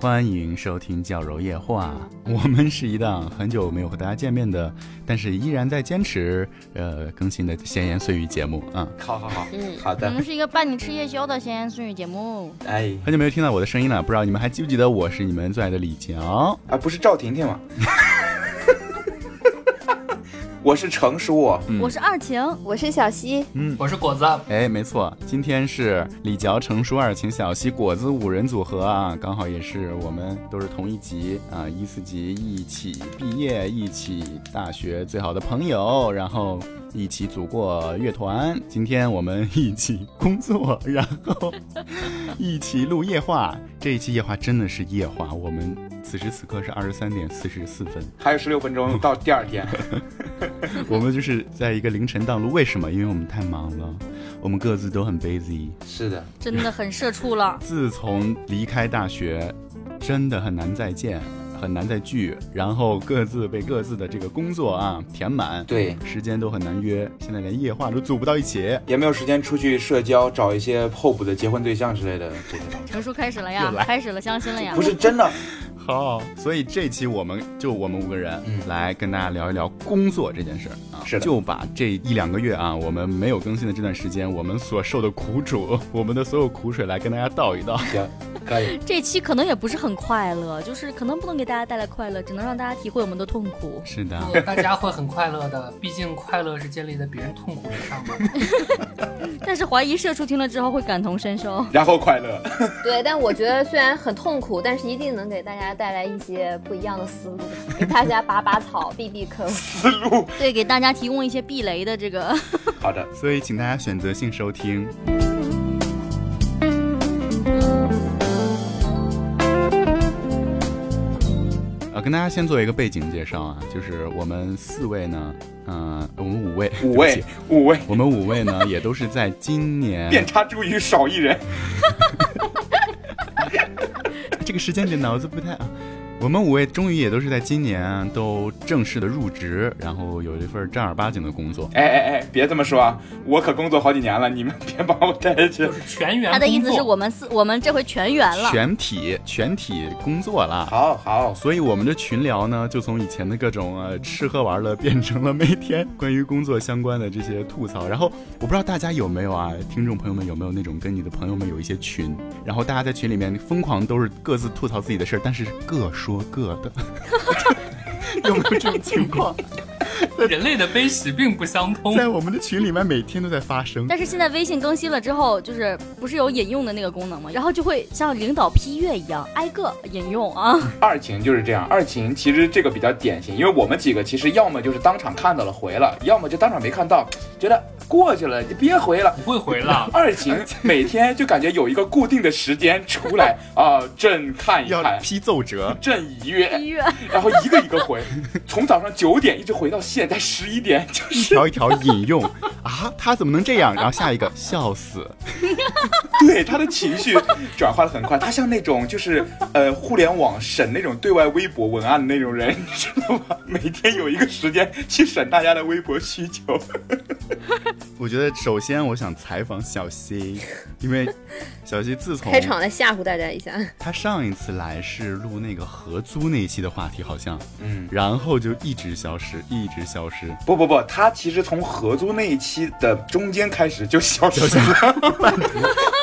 欢迎收听《教柔夜话》，我们是一档很久没有和大家见面的，但是依然在坚持呃更新的闲言碎语节目啊。好好好，嗯好我的们，是一个伴你吃夜宵的闲言碎语节目。哎，很久没有听到我的声音了，不知道你们还记不记得我是你们最爱的李强？啊，不是赵婷婷吗？ 我是诚实我，我是二晴，我是小溪，我是果子，啊哎，没错，今天是李嚼、程叔、二秦、小西、果子五人组合啊，刚好也是我们都是同一级啊，一四级一起毕业，一起大学最好的朋友，然后一起组过乐团，今天我们一起工作，然后一起录夜话。这一期夜话真的是夜话，我们此时此刻是二十三点四十四分， 还有十六分钟到第二天，我们就是在一个凌晨荡路，为什么？因为我们太忙了，我们各自都很 busy。。是的，真的很社畜了 自从离开大学，真的很难再见，很难再聚，然后各自被各自的这个工作啊填满，对，时间都很难约，现在连夜话都组不到一起。也没有时间出去社交，找一些候补的结婚对象之类的，嗯这个陈叔开始了呀，开始了，相亲了呀不。是真 的，好，所以这期我们就我们五个人嗯来跟大家聊一聊工作这件事儿啊，是的就把这一两个月啊，我们没有更新的这段时间，我们所受的苦楚， 我们的所有苦水来跟大家倒一倒。行，可以，这期可能也不是很快乐，就是可能不能给大家带来快乐，只能让大家体会我们的痛苦。是的，不大家会很快乐的，毕竟快乐是建立在别人痛苦之上嘛。但是怀疑社畜听了之后会感同身受。 然后快乐， 对，但我觉得虽然很痛苦，但是一定能给大家带来一些不一样的思路，给大家拔拔草、避避坑。思路，对，给大家提供一些避雷的这 个。好的，所以请大家选择性收听。呃，跟大家先做一个背景介绍啊，就是我们四位呢，嗯，我们五位，五对位不起，五位，我们五位呢，也都是在今年遍插茱萸少一人，这个时间点脑子不太啊。我们五位终于也都是在今年都正式的入职，然后有一份正儿八经的工作。哎哎哎，别这么说啊，我可工作好几年了，你们 别把我带下去就，是全员他的意思工是作我们四，我们这回全员了。全体全体工作了，好好，所以我们的群聊呢，就从以前的各种呃吃喝玩乐，变成了每天关于工作相关的这些吐槽。然后我不知道大家有没有啊，听众朋友们有没有那种跟你的朋友们有一些群，然后大家在群里面疯狂都是各自吐槽自己的事儿，但是各说各的，有没有这种情 况？人类的悲喜并不相通。在我们的群里面每天都在发 生。但是现在微信更新了之后，就是不是有引用的那个功能吗？然后就会像领导批阅一样，挨个引用啊。 二琴就是这样，二琴其实这个比较典型，因为我们几个其实要么就是当场看到了回了，要么就当场没看到，觉得过去了就别回了。，不会回了二琴每天就感觉有一个固定的时间出来啊，朕看一要看，批奏折，朕一阅，批阅，然后一个一个回，从早上九点一直回到现在十一点，就一条一条引用啊，他怎么能这样？然后下一个笑死， 对他的情绪转化的很快，他像那种就是呃互联网审那种对外微博文案的那种人，你知道吗？每天有一个时间去审大家的微博需求。我觉得首先我想采访小 西，因为小西自从开场来吓唬大家一下，他上一次来是录那个合租那一期的话题，好像，嗯，然后就一直消失，一直消 失，不不不，他其实从合租那一期的中间开始就消失了。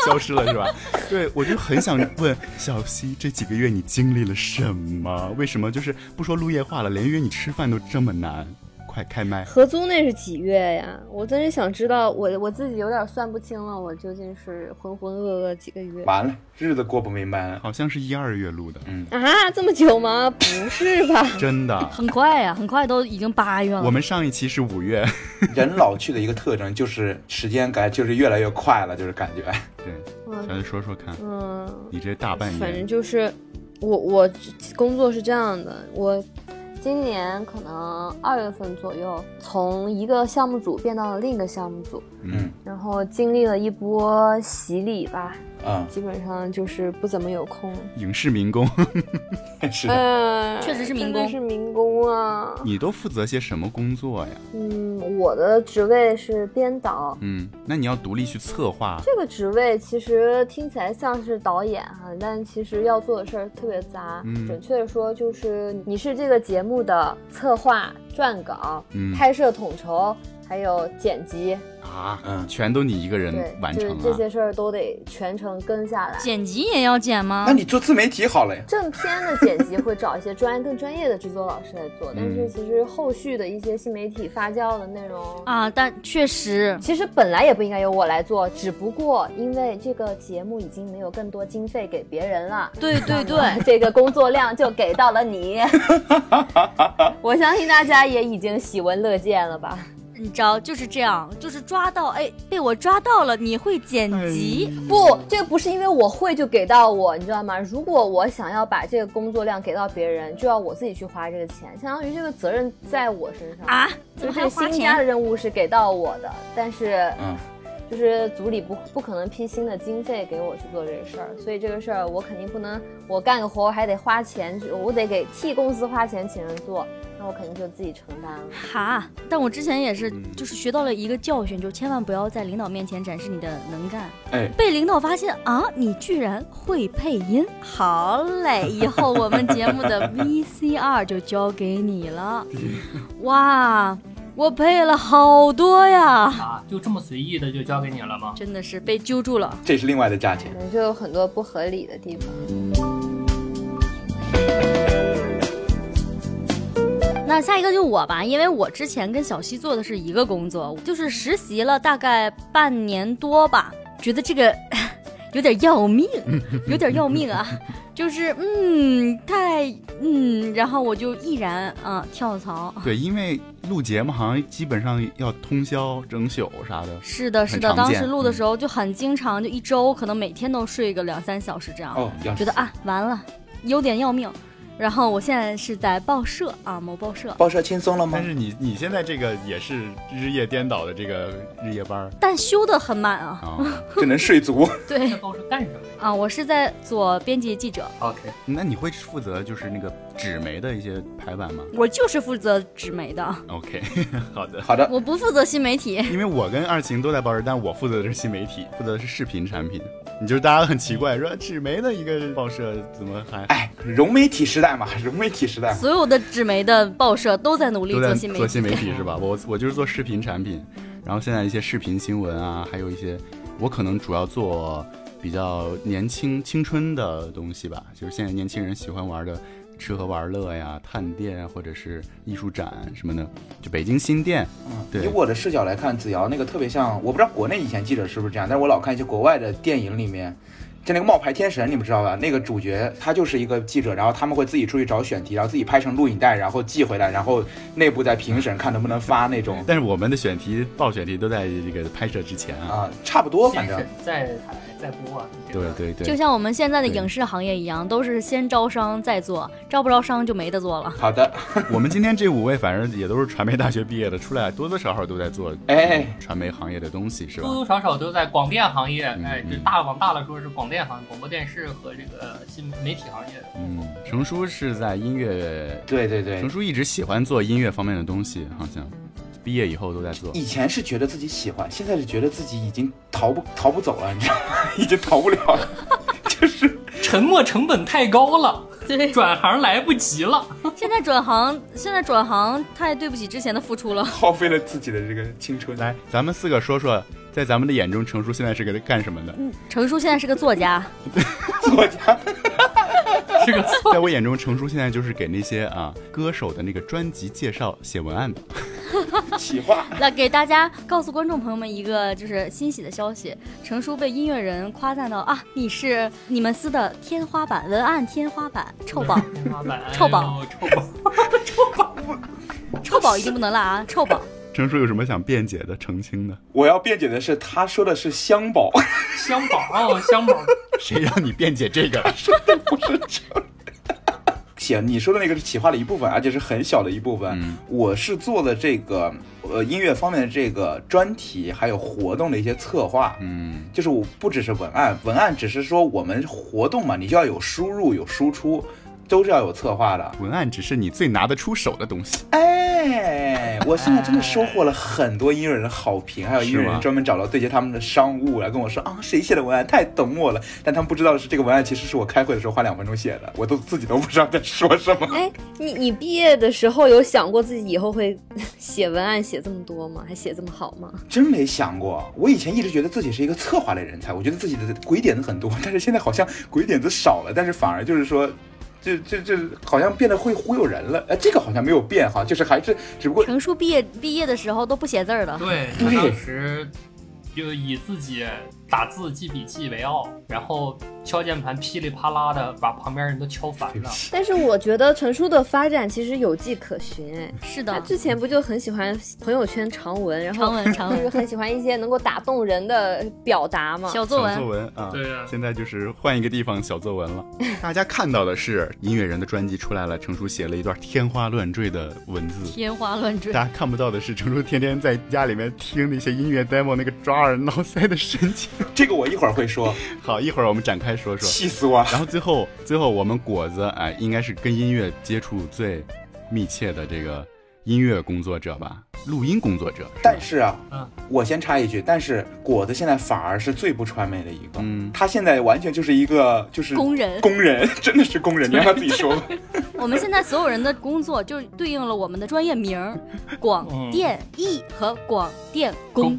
消失了是吧？对，我就很想问小西，这几个月你经历了什么？为什么就是不说录夜话了，连约你吃饭都这么难？快开麦！合租那是几月呀？我真是想知道，我我自己有点算不清了，我究竟是浑浑噩噩几个月完了，日子过不明白了。好像是一二月录的，啊？这么久吗？不是吧？真嗯的。很快呀、很快都已经八月了。我们上一期是五月， 人老去的一个特征就是时间感，就是越来越快了，就是感觉。对，咱嗯就说说看，嗯。你这大半反正年，就是我我工作是这样的，我今年可能二月份左右从一个项目组变到了另一个项目组，嗯然后经历了一波洗礼吧，啊、基本上就是不怎么有空。影视民工。嗯，是的。呃嗯、确实是民真工的是民工，哭啊！ 你都负责些什么工作呀？嗯，我的职位是编导，嗯，那你要独立去策划，这个职位其实听起来像是导演哈、但其实要做的事儿特别杂。嗯准确的说，就是你是这个节目的策划、撰稿、嗯拍摄统筹，还有剪辑，啊，嗯，全都你一个人对，完就是成这啊。些事儿都得全程跟下来。剪辑也要剪吗那？你做自媒体好了呀。正片的剪辑会找一些专更专业的制作老师来做，但是嗯其实后续的一些新媒体发酵的内容啊，但确实，其实本来也不应该由我来做，只不过因为这个节目已经没有更多经费给别人了。对对对， 这个工作量就给到了你， 我相信大家也已经喜闻乐见了吧？你知道就是这样，就是抓到，哎，被我抓到了，你会剪辑，哎不，这个不是因为我会就给到我，你知道吗？如果我想要把这个工作量给到别人，就要我自己去花这个钱，相当于这个责任在我身上。啊，怎就么是还这要个花新加的钱？任务是给到我的，但是嗯，就是组里不不可能批新的经费给我去做这个事儿，所以这个事儿我肯定不能，我干个活儿还得花钱去，我得给替公司花钱请人做，那我肯定就自己承担了。哈，但我之前也是，嗯就是学到了一个教训，就千万不要在领导面前展示你的能干，哎，被领导发现啊，你居然会配音，好嘞，以后我们节目的 VCR 就交给 你了，哇，我配了好多呀，啊，就这么随意的就交给你了吗？真的是被揪住了。这是另外的价钱可。能就有很多不合理的地方。那下一个就我吧，因为我之前跟小西做的是一个工作，就是实习了大概半年多吧，觉得这个 有点要命，有点要命啊，就是嗯太嗯，然后我就毅然啊、跳槽。对，因为录节目好像基本上要通宵整宿啥的。是的，是的，很常当见时录的时候就很经常，就一周可能每天都睡个两三小时这样。哦，要觉得啊，完了，有点要命。然后我现在是在报社啊，某报社，报社轻松了吗但？是你你现在这个也是日夜颠倒的这个日夜班 儿但休的很满啊。啊， 只能睡足。在对报社干什么呀啊，我是在做编辑记者， ？OK，那你会负责就是那个纸媒的一些排版吗我就是负责纸媒的， ？OK，好 的。好的，我不负责新媒体。因为我跟二晴都在报社，但我负责的是新媒体，负责的是视频产品。你就是大家很奇怪，说纸媒的一个报社怎么还哎，融媒体时代嘛，融媒体时代嘛。所有的纸媒的报社都在努力都在新媒做体。啊新媒体是吧？我我就是做视频产品，然后现在一些视频新闻啊，还有一些我可能主要做比较年轻青春的东西吧，就是现在年轻人喜欢玩的吃喝玩乐呀、探店啊，或者是艺术展什么的，就北京新店，嗯对以我的视角来看，子瑶那个特别像，我不知道国内以前记者是不是这样，但是我老看一些国外的电影里面，就那个《冒牌天神》，你们知道吧？那个主角他就是一个记者，然后他们会自己出去找选题，然后自己拍成录影带，然后寄回来，然后内部再评审看能不能发那种但是我们的选题报选题都在这个拍摄之前啊，啊、差不多反先正审。再台再播啊，你这对个对对，就像我们现在的对影视行业一样，都是先招商再做，招不招商就没得做了。好的，我们今天这五位，反正也都是传媒大学毕业的，出来多多少少都在做哎传媒行业的东西，是吧多？多少少都在广电行业，嗯哎，嗯这大往大了说是广电行业、广播电视和这个呃新媒体行业。嗯，程叔是在音乐，对对对程，叔一直喜欢做音乐方面的东西，好像毕业以后都在做。以前是觉得自己喜欢，现在是觉得自己已经逃不逃不走了，你知道吗？ 已经逃不了了，就是沉没成本太高了， 对，转行来不及了。现在转行，现在转行太对不起之前的付出了。耗费了自己的这个青春。来，咱们四个说说，在咱们的眼中，程叔现在是个干什么的？程叔现在是个作家，作家，是个 在我眼中，程叔现在就是给那些啊歌手的那个专辑介绍写文案的。企划，那给大家告诉观众朋友们一个就是欣喜的消息，程叔被音乐人夸赞到啊，你是你们司的天花板，文案天花板，臭宝， 天花板，臭宝哎呦，臭宝， 臭宝一定不能落啊，臭宝。程叔有什么想辩解的、澄清的？我要辩解的是，他说的是香宝， 香宝，哦，香宝，谁让你辩解这个了？不是这。写你说的那个是企划的一部分，而且是很小的一部分。嗯我是做的这个呃音乐方面的这个专题，还有活动的一些策划。嗯，就是我不只是文案，文案只是说我们活动嘛，你就要有输入有输出。都是要有策划的。文案只是你最拿得出手的东西。哎，我现在真的收获了很多音乐人的好评，还有音乐是吗人哎专门找到对接他们的商务来跟我说啊，谁写的文案太懂我了。但他们不知道的是，这个文案其实是我开会的时候花两分钟写的，我都自己都不知道在说什 么。哎，你你毕业的时候有想过自己以后会 写文案写这么多吗？还写这么好吗？真没想过，我以前一直觉得自己是一个策划类人才，我觉得自己的鬼点子很多，但是现在好像鬼点子少了，但是反而就是说。这这这好像变得会忽悠人了，呃，这个好像没有变哈，就是还是只 不过程叔毕业毕业的时候都不写字儿了，对嗯他当时就以自己打字记笔记为傲，然后敲键盘噼里啪啦的把旁边人都敲烦了。 但是我觉得陈叔的发展其实有迹可循，哎，是他的，之前不就很喜欢朋友圈长文，然后长文长 就是文很喜欢一些能够打动人的表达嘛。小作小文作文啊，对啊现在就是换一个地方小作文了。 大家看到的是音乐人的专辑出来了，程叔写了一段天花乱坠的文字。天花乱坠。大家看不到的是，程叔天天在家里面听那些音乐 demo 那个抓耳挠腮的神情。这个我一会儿会 说，好，一会儿我们展开说说。气死我了。然后最后，最后我们果子哎，应该是跟音乐接触最密切的这个音乐工作者吧，录音工作者。吧但是啊，嗯我先插一句，但是果子现在反而是最不传媒的一个，嗯他现在完全就是一个就是工人工人 真的是工 人，你让他自己说吧。我们现在所有人的工作就对应了我们的专业名儿：广嗯电艺和广电工。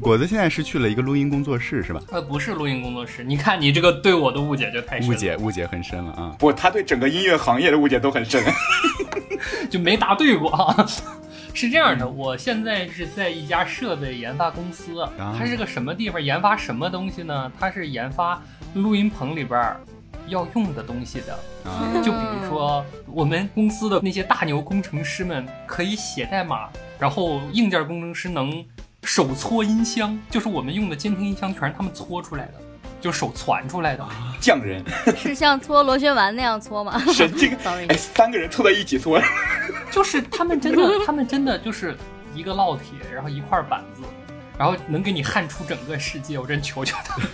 果子现在是去了一个录音工作室是吧？呃，不是录音工作室，你看你这个对我的误解就太深误了，解误解很深了啊。不，他对整个音乐行业的误解都很深。就没答对过啊。 是这样的，我现在是在一家设备研发公司，啊它是个什么地方？研发什么东西呢？它是研发录音棚里边儿要用的东西的。啊 就比嗯如说，我们公司的那些大牛工程师们可以写代码，然后硬件工程师能手搓音箱，就是我们用的监听音箱全是他们搓出来的，就手传出来的。匠 人，是像搓螺旋丸那样搓吗？神经 Sorry 哎，三个人凑在一起搓，就是他们真的，他们真的就是一个烙铁，然后一块板子，然后能给你焊出整个世界。我真求求他们，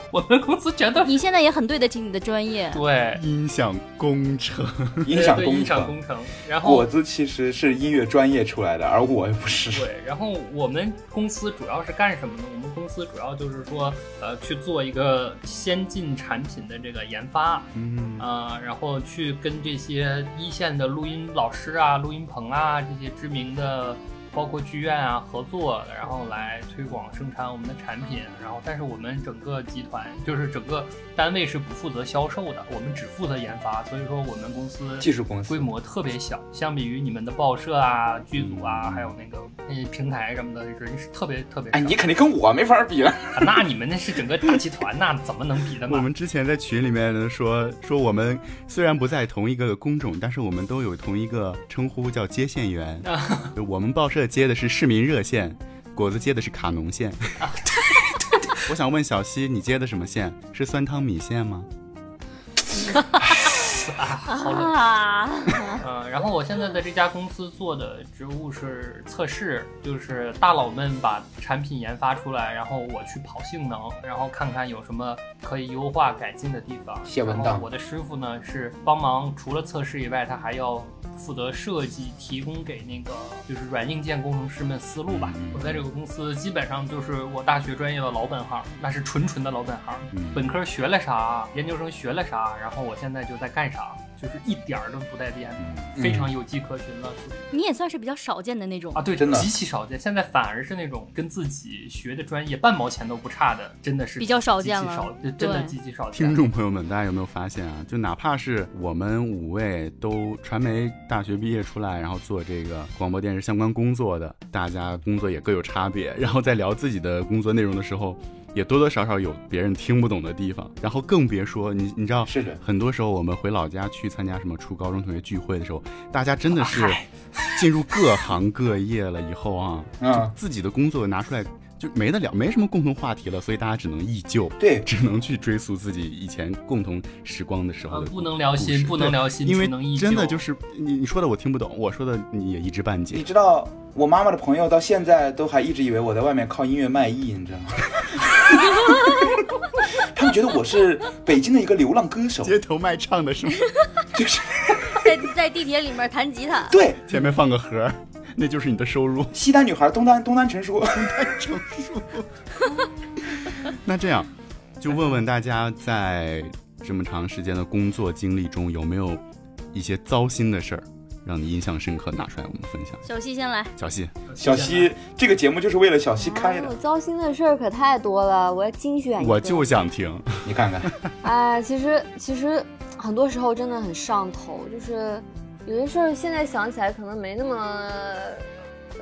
我们公司全都是你现在也很对得起你的专业。对音响工程，音响对工音响程。工程，然后果子其实是音乐专业出来的，而我不是。对，然后我们公司主要是干什么呢？我们公司主要就是说，呃，去做一个先进产品的这个研发，嗯，啊，然后去跟这些一线的录音老师啊、录音棚啊这些知名的，包括剧院啊合作，然后来推广生产我们的产品。然后，但是我们整个集团就是整个单位是不负责销售的，我们只负责研发。所以说，我们公司技术公司规模特别小，相比于你们的报社啊、剧组啊，还有那个那平台什么的，人是特别特别少。哎，你肯定跟我没法比了。啊那你们那是整个大集团，那怎么能比 得我满？们之前在群里面说说我们虽然不在同一个工种，但是我们都有同一个称呼叫接线员。啊就我们报社接的是市民热线，果子接的是卡农 线。我想问小西，你接的什么线？是酸汤米线吗？好冷。啊，嗯，然后我现在的这家公司做的职务是测试，就是大佬们把产品研发出来，然后我去跑性能，然后看看有什么可以优化改进的地方。写文档然后我的师傅呢是帮忙，除了测试以外，他还要负责设计，提供给那个就是软硬件工程师们思路嗯吧。我在这个公司基本上就是我大学专业的老本行，那是纯纯的老本行。嗯，本科学了啥，研究生学了啥，然后我现在就在干啥，就是一点儿都不带变，嗯非常有迹可循了，属于你也算是比较少见的那种啊，。对，真的极其少见。现在反而是那种跟自己学的专业半毛钱都不差的，真的是比较少见极其了少真的对极其少见。听众朋友们，大家有没有发现啊？就哪怕是我们五位都传媒大学毕业出来，然后做这个广播电视相关工作的，大家工作也各有差别。然后在聊自己的工作内容的时候，也多多少少有别人听不懂的地方。然后更别说你，你知道，是的很多时候我们回老家去参加什么初高中同学聚会的时候，大家真的是进入各行各业了以后啊，嗯，自己的工作拿出来就没得聊，没什么共同话题了，所以大家只能忆旧。对，只能去追溯自己以前共同时光的时啊候的故事、，不能聊心，不能聊心，对因为只能依旧真的就是你你说的我听不懂，我说的你也一知半你解。知道我妈妈的朋友到现 在都还一直以为我在外面靠音乐卖艺，你知道吗？他觉得我是北京的一个流浪 歌手，街头卖唱的是吗？就是，在在地铁里面弹吉他对 前面放个盒儿，那就是你的收入。西单女孩东单东单陈叔， 成熟。 那这样，就问问大家，在这么长时间的工作经历中，有没有一些糟心的事儿让你印象深刻，拿出来我们分享？小西先来，小西，呃小西这个节目就是为了小西开哎的呦，糟心的事儿可太多了，我要精选一个。我就想听。你看看，哎，其实其实很多时候真的很上头，就是有些事儿现在想起来可能没那么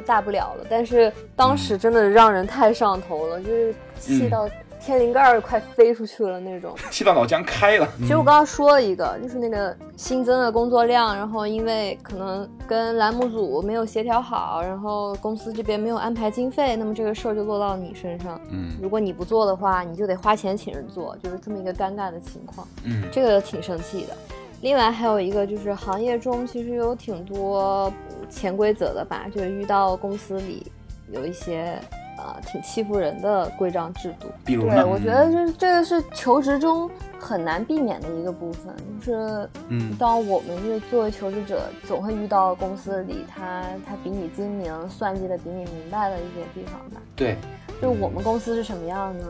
大不了了，但是当时真的让人太上头了，就是气到天灵盖儿快飞出去了那种。气到脑浆开了，其实我刚刚说了一个，就是那个新增的工作量，然后因为可能跟栏目组没有协调好，然后公司这边没有安排经费，那么这个事儿就落到你身上。嗯，如果你不做的话，你就得花钱请人做，就是这么一个尴尬的情况。嗯，这个挺生气的。另外还有一个就是行业中其实有挺多潜规则的吧，就是遇到公司里有一些呃挺欺负人的规章制度。比如对，呢，我觉得这这个是求职中很难避免的一个部分，就是嗯当我们就是作为求职者，总会遇到公司里他他比你精明，算计的比你明白的一些地方吧。对，就是我们公司是什么样呢？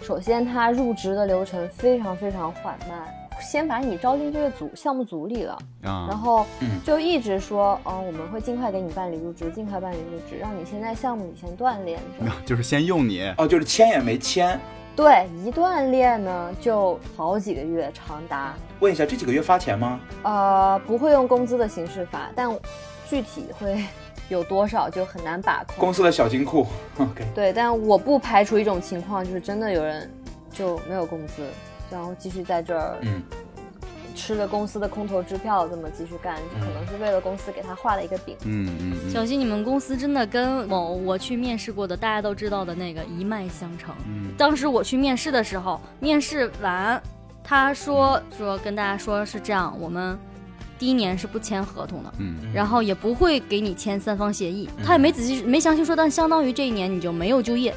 首先，它入职的流程非常非常缓慢，先把你招进这个组项目组里了，啊，然后嗯就一直说，嗯、我们会尽快给你办理入职，尽快办理入职，让你先在项目里先锻炼着。 就是先用你，哦，就是签也没签。 对，一锻炼呢就好几个月，长达问一下，这几个月发钱吗？呃不会用工资的形式发，但具体会有多少就很难把控公。司的小金库 ，OK，对，但我不排除一种情况，就是真的有人就没有工资，然后继续在这儿嗯，吃着公司的空头支票这么继续干，就可能是为了公司给他画了一个饼。嗯嗯嗯，小西，你们公司真的跟某我去面试过的大家都知道的那个一脉相承。嗯当时我去面试的时候，面试完，他说说跟大家说是这样，我们第一年是不签合同的，嗯，然后也不会给你签三方协议，他也没仔细没详细说，但相当于这一年你就没有就业，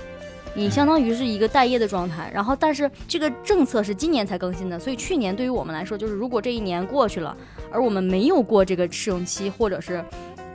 你相当于是一个待业的状态。然后，但是这个政策是今年才更新的，所以去年对于我们来说，就是如果这一年过去了，而我们没有过这个试用期，或者是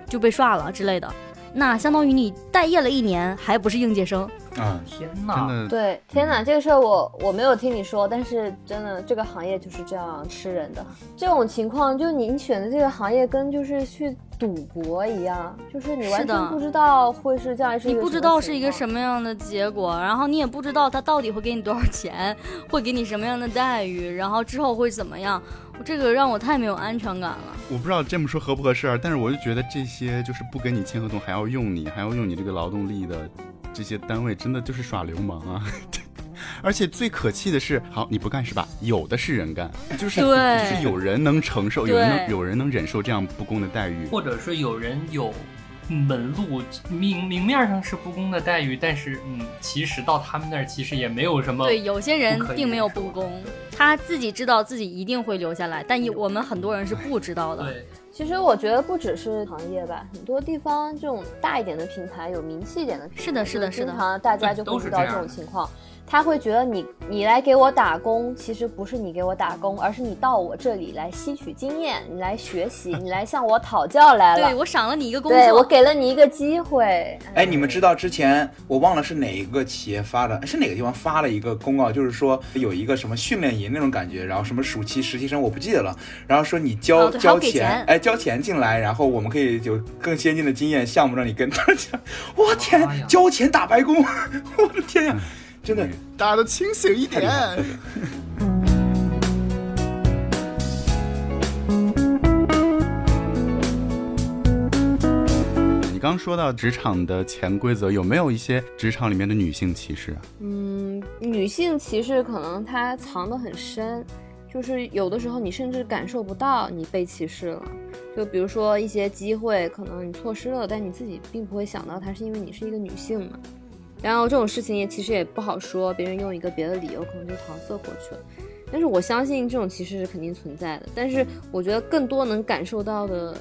就被刷了之类的，那相当于你待业了一年，还不是应届生。嗯，天真呐，啊的，对，天哪，这个事儿我我没有听你说，但是真的这个行业就是这样吃人的。这种情况，就你选的这个行业跟就是去赌博一样，就是你完是的全不知道会是将来是一你个不知道是一个什什么么样的结果，然后你也不知道他到底会给你多少钱，会给你什么样的待遇，然后之后会怎么样，这个让我太没有安全感了。我不知道这么说合不合适，啊，但是我就觉得这些就是不跟你签合同，还要用你，还要用你这个劳动力的这些单位，真的就是耍流氓啊！ 而且最可气的是，好你不干是吧？有的是人干，就是对就是有人能承受，有人能对有人能忍受这样不公的待遇。或者是有人有门路，明明面上是不公的待遇，但是嗯，其实到他们那儿其实也没有什么对，有些人哦不可以并没有忍受不公，他自己知道自己一定会留下来，但也我们很多人是不知道的。对其实我觉得不只是行业吧，很多地方这种大一点的品牌，有名气一点的品牌，是的是的就是的嗯经常大家就都会是遇到这这样种的情况，他会觉得你你来给我打工，其实不是你给我打工，而是你到我这里来吸取经验，你来学习，你来向我讨教来对了，我赏了你一个工对我作，给了你一个机会。哎，你们知道之前我忘了是哪一个企业发的，是哪个地方发了一个公告，就是说有一个什么训练营那种感觉，然后什么暑期实习生我不记得了，然后说你交、哦对还交要给钱哎交钱进来，然后我们可以有更先进的经验项目让你跟大家。 我天妈呀，交钱打白工， 我的天呀，真的大家都清醒一点。 你刚说到职场的潜规则，有没有一些职场里面的女性歧视啊？嗯，女性歧视可能它藏得很深，就是有的时候你甚至感受不到你被歧视了。就比如说一些机会，可能你错失了，但你自己并不会想到它是因为你是一个女性嘛。然后这种事情也其实也不好说，别人用一个别的理由可能就搪塞过去了。但是我相信这种歧视是肯定存在的，但是我觉得更多能感受到的，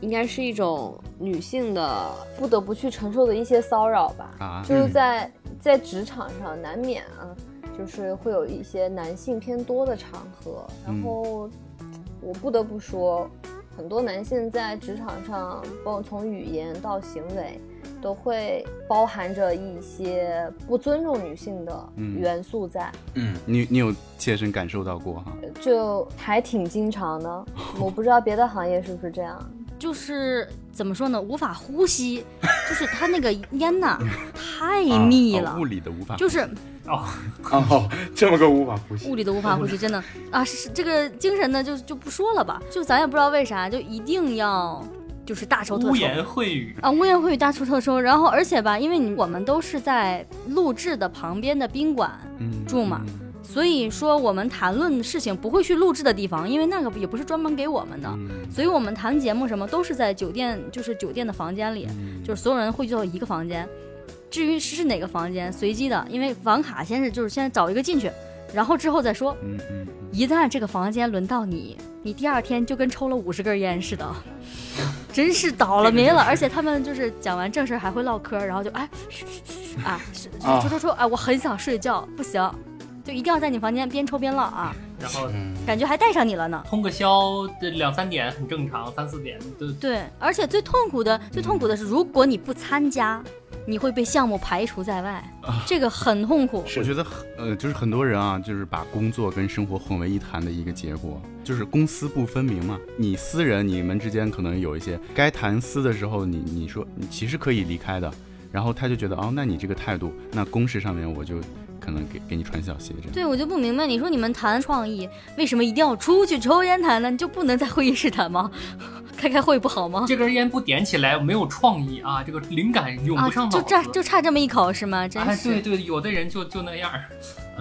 应该是一种女性的不得不去承受的一些骚扰吧。啊，就是在在职场上难免啊，就就是会有一些男性偏多的场合，然后我不得不说，很多男性在职场上，包括从语言到行为，都会包含着一些不尊重女性的嗯元素在，嗯，你你有切身感受到过哈？就还挺经常的。我不知道别的行业是不是这样，就是怎么说呢，无法呼吸，就是它那个烟呐、嗯太密啊了哦，物理的无法，就是哦，哦，这么个无法呼吸，物理的无法呼吸，真的啊，是这个精神的就就不说了吧，就咱也不知道为啥，就一定要就是大仇特污仇。言秽语，啊，污言秽语大出特收，然后而且吧，因为你我们都是在录制的旁边的宾馆，嗯住嘛，所以说我们谈论事情不会去录制的地方，因为那个也不是专门给我们的，嗯所以我们谈节目什么都是在酒店，就是酒店的房间嗯里，就是所有人汇聚到一个房间。至于是哪个房间，随机的，因为房卡先是就是先找一个进去，然后之后再说。嗯嗯嗯一旦这个房间轮到你，你第二天就跟抽了五十根烟似的，真是倒了霉了。而且他们就是讲完正事儿还会唠嗑儿，然后就哎，嘘嘘嘘啊，是啊抽抽抽，哎，我很想睡觉，不行，就一定要在你房间边抽边唠啊，然后嗯，感觉还带上你了呢。通个宵，这两三点很正常，三四点都对，而且最痛苦的，最痛苦的是，如果你不参加，你会被项目排除在外，这个很痛苦。是我觉得很呃，就是很多人啊，就是把工作跟生活混为一谈的一个结果，就是公私不分明嘛。你私人你们之间可能有一些该谈私的时候你，你说你其实可以离开的，然后他就觉得哦，那你这个态度，那公事上面我就可能给给你穿小鞋 这样。对，我就不明白，你说你们谈创意，为什么一定要出去抽烟谈呢？你就不能在会议室谈吗？ 开开会不好吗？这根烟不点起来没有创意啊，这个灵感涌啊不上，脑就子。差就差这么一口是吗？真哎，是。对对，有的人就就那样儿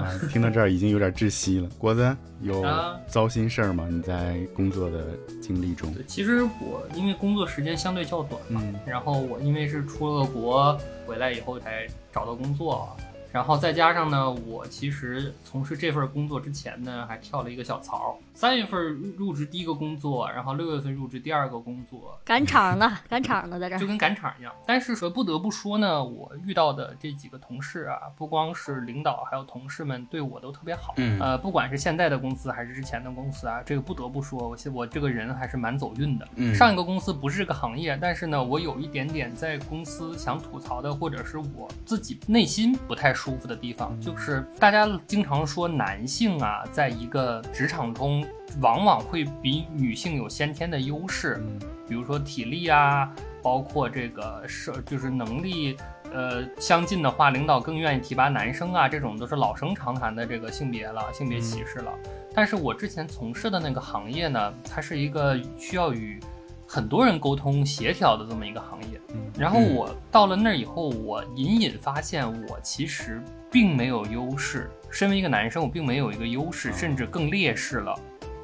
啊，听到这儿已经有点窒息了。国子有啊糟心事儿吗？你在工作的经历中？对其实我因为工作时间相对较短嘛，嗯然后我因为是出了国回来以后才找到工作啊，然后再加上呢，我其实从事这份工作之前呢，还跳了一个小槽儿。三月份入入职第一个工作，然后六月份入职第二个工作，赶场了，赶场了，在这就儿。跟赶场一样。但是说不得不说呢，我遇到的这几个同事啊，不光是领导，还有同事们对我都特别好。嗯呃，不管是现在的公司还是之前的公司啊，这个不得不说，我现我这个人还是蛮走运的。嗯上一个公司不是这个行业，但是呢，我有一点点在公司想吐槽的，或者是我自己内心不太舒服的地方，就是大家经常说男性啊，在一个职场中往往会比女性有先天的优势。比如说体力啊，包括这个是就是能力，呃，相近的话，领导更愿意提拔男生啊，这种都是老生常谈的这个性别了，性别歧视了。但是我之前从事的那个行业呢，它是一个需要与很多人沟通协调的这么一个行业。然后我到了那儿以后，我隐隐发现我其实并没有优势。身为一个男生，我并没有一个优势，甚至更劣势了。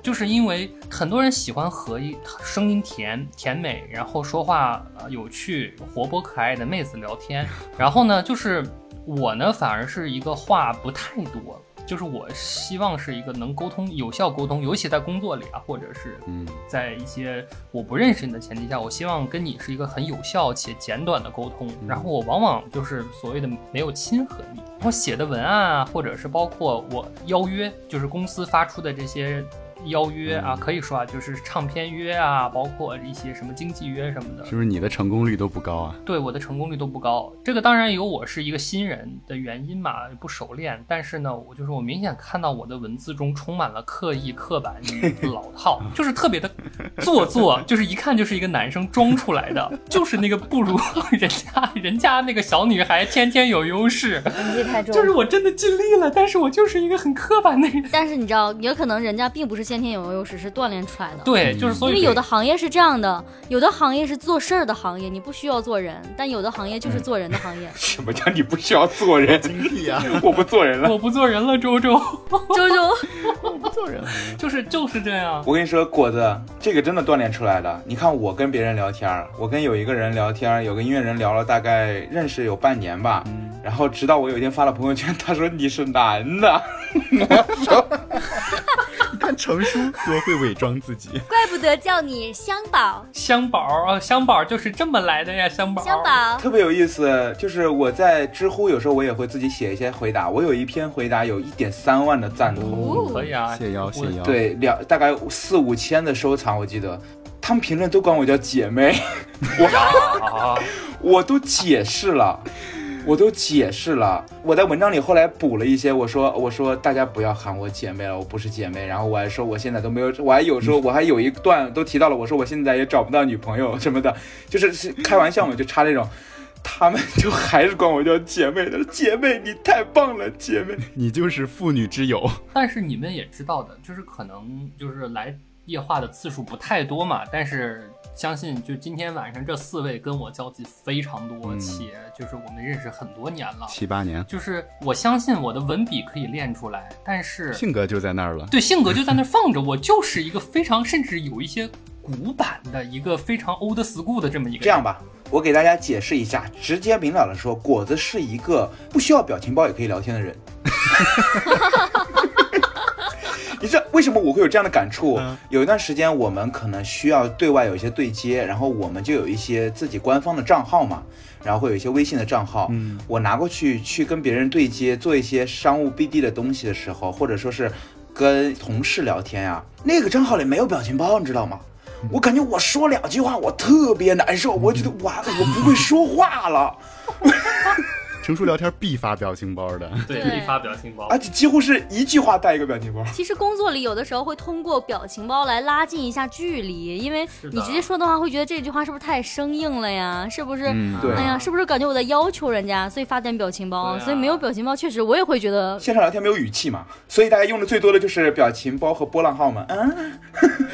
就是因为很多人喜欢和一声音甜甜美，然后说话呃有趣、活泼可爱的妹子聊天，然后呢，就是我呢反而是一个话不太多，就是我希望是一个能沟通、有效沟通，尤其在工作里啊，或者是嗯在一些我不认识你的前提下，我希望跟你是一个很有效且简短的沟通。然后我往往就是所谓的没有亲和力，我写的文案啊，或者是包括我邀约，就是公司发出的这些邀约啊，可以说啊，就是唱片约啊，包括一些什么经济约什么的是，不是你的成功率都不高啊？对我的成功率都不高。这个当然有我是一个新人的原因嘛，不熟练。但是呢，我就是我明显看到我的文字中充满了刻意、刻板、老套，就是特别的做作，就是一看就是一个男生装出来的，就是那个不如人家人家那个小女孩天天有优势。年纪太重就。是我真的尽力了，但是我就是一个很刻板的人。但是你知道，也可能人家并不是先天有优势，是锻炼出来的。，对，就是所因以为有的行业是这样的，有的行业是做事儿的行业，你不需要做人；但有的行业嗯就是做人的 行业。什么叫你不需要做人？ 癖啊！我不做人了。我不做人了，周周，周周， 就是就是这样。我跟你说，果子，这个真的锻炼出来的。你看我跟别人聊天儿，我跟有一个人聊天儿，有个音乐人聊了大概认识有半年吧，然后直 到我有一天发了朋友圈，他说你是男的，看程叔多会伪装自己。怪不得叫你香宝，香宝啊，香宝就是这么来的呀，香宝。香宝。特别有意思，就是我在知乎有时候我也会自己写一些回答，我有一篇回答有一点三万的赞同，哦可以啊，谢邀谢邀，，对两大概四五千的收藏，我记得。他们评论都管我叫姐妹， 啊，我都解释了，我都解释了。我在文章里后来补了一些，我说我说大家不要喊我姐妹了，我不是姐妹。然后我还说我现在都没有，我还有时候我还有一段都提到了，我说我现在也找不到女朋友什么的，就是是开玩笑嘛，就插这种。他们就还是管我叫姐妹的，姐妹你太棒了，姐妹。你就是妇女之友。但是你们也知道的，就是可能就是来夜话的次数不太多嘛，但是相信就今天晚上这四位跟我交集非常多，嗯且就是我们认识很多年了，七八年，就是我相信我的文笔可以练出来，但是性格就在那儿了。对性格就在那儿放着，我就是一个非常甚至有一些古板的一个非常 old school 的这么一个人这样吧，我给大家解释一下，直接明了的说，果子是一个不需要表情包也可以聊天的人。 你知道为什么我会有这样的感触？嗯有一段时间，我们可能需要对外有一些对接，然后我们就有一些自己官方的账号嘛，然后会有一些微信的账号。嗯我拿过去去跟别人对接，做一些商务 BD 的东西的时候，或者说是跟同事聊天呀、那个账号里没有表情包，你知道吗？我感觉我说两句话，我特别难受，我觉得完了，我不会说话了，程叔聊天必发表情包的，对对一发表情包而且几乎是一句话带一个表情包。其实工作里有的时候会通过表情包来拉近一下距离，因为的你直接说的话会觉得这句话是不是太生硬了呀？是不是？ 嗯，对哎呀，是不是感觉我在要求人家，所以发点表情包？对啊所以没有表情包，确实我也会觉得线上聊天没有语气嘛，所以大家用的最多的就是表情包和波浪号嘛。嗯，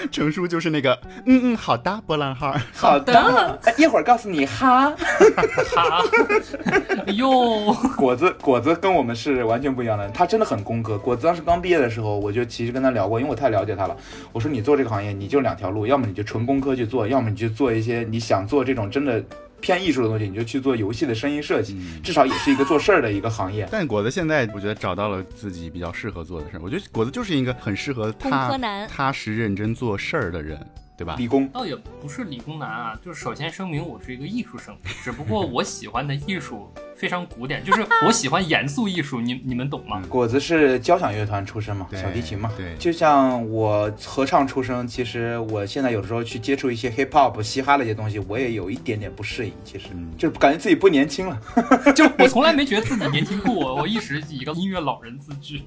程叔就是那个，嗯嗯，好的，波浪号， 好的，哎一会儿告诉你哈。哈， 哎呦，果子果子跟我们是完全不一样的，他真的很工科。果子当时刚毕业的时候，我就其实跟他聊过，因为我太了解他了。我说你做这个行业，你就两条路，要么你就纯工科去做，要么你就做一些你想做这种真的偏艺术的东西，你就去做游戏的声音设计，至少也是一个做事儿的一个行业。但果子现在我觉得找到了自己比较适合做的事儿，我觉得果子就是一个很适合工科踏男踏实认真做事儿的人，对吧？理工倒也不是理工男啊，就是首先声明我是一个艺术生，只不过我喜欢的艺术非常古典，就是我喜欢严肃艺术，你你们懂吗？果子是交响乐团出身嘛，对小提琴嘛，对就像我合唱出身，其实我现在有的时候去接触一些 hip hop、嘻哈的一些东西，我也有一点点不适应，其实、嗯就感觉自己不年轻了。就嗯我从来没觉得自己年轻过，我一直以一个音乐老人自居。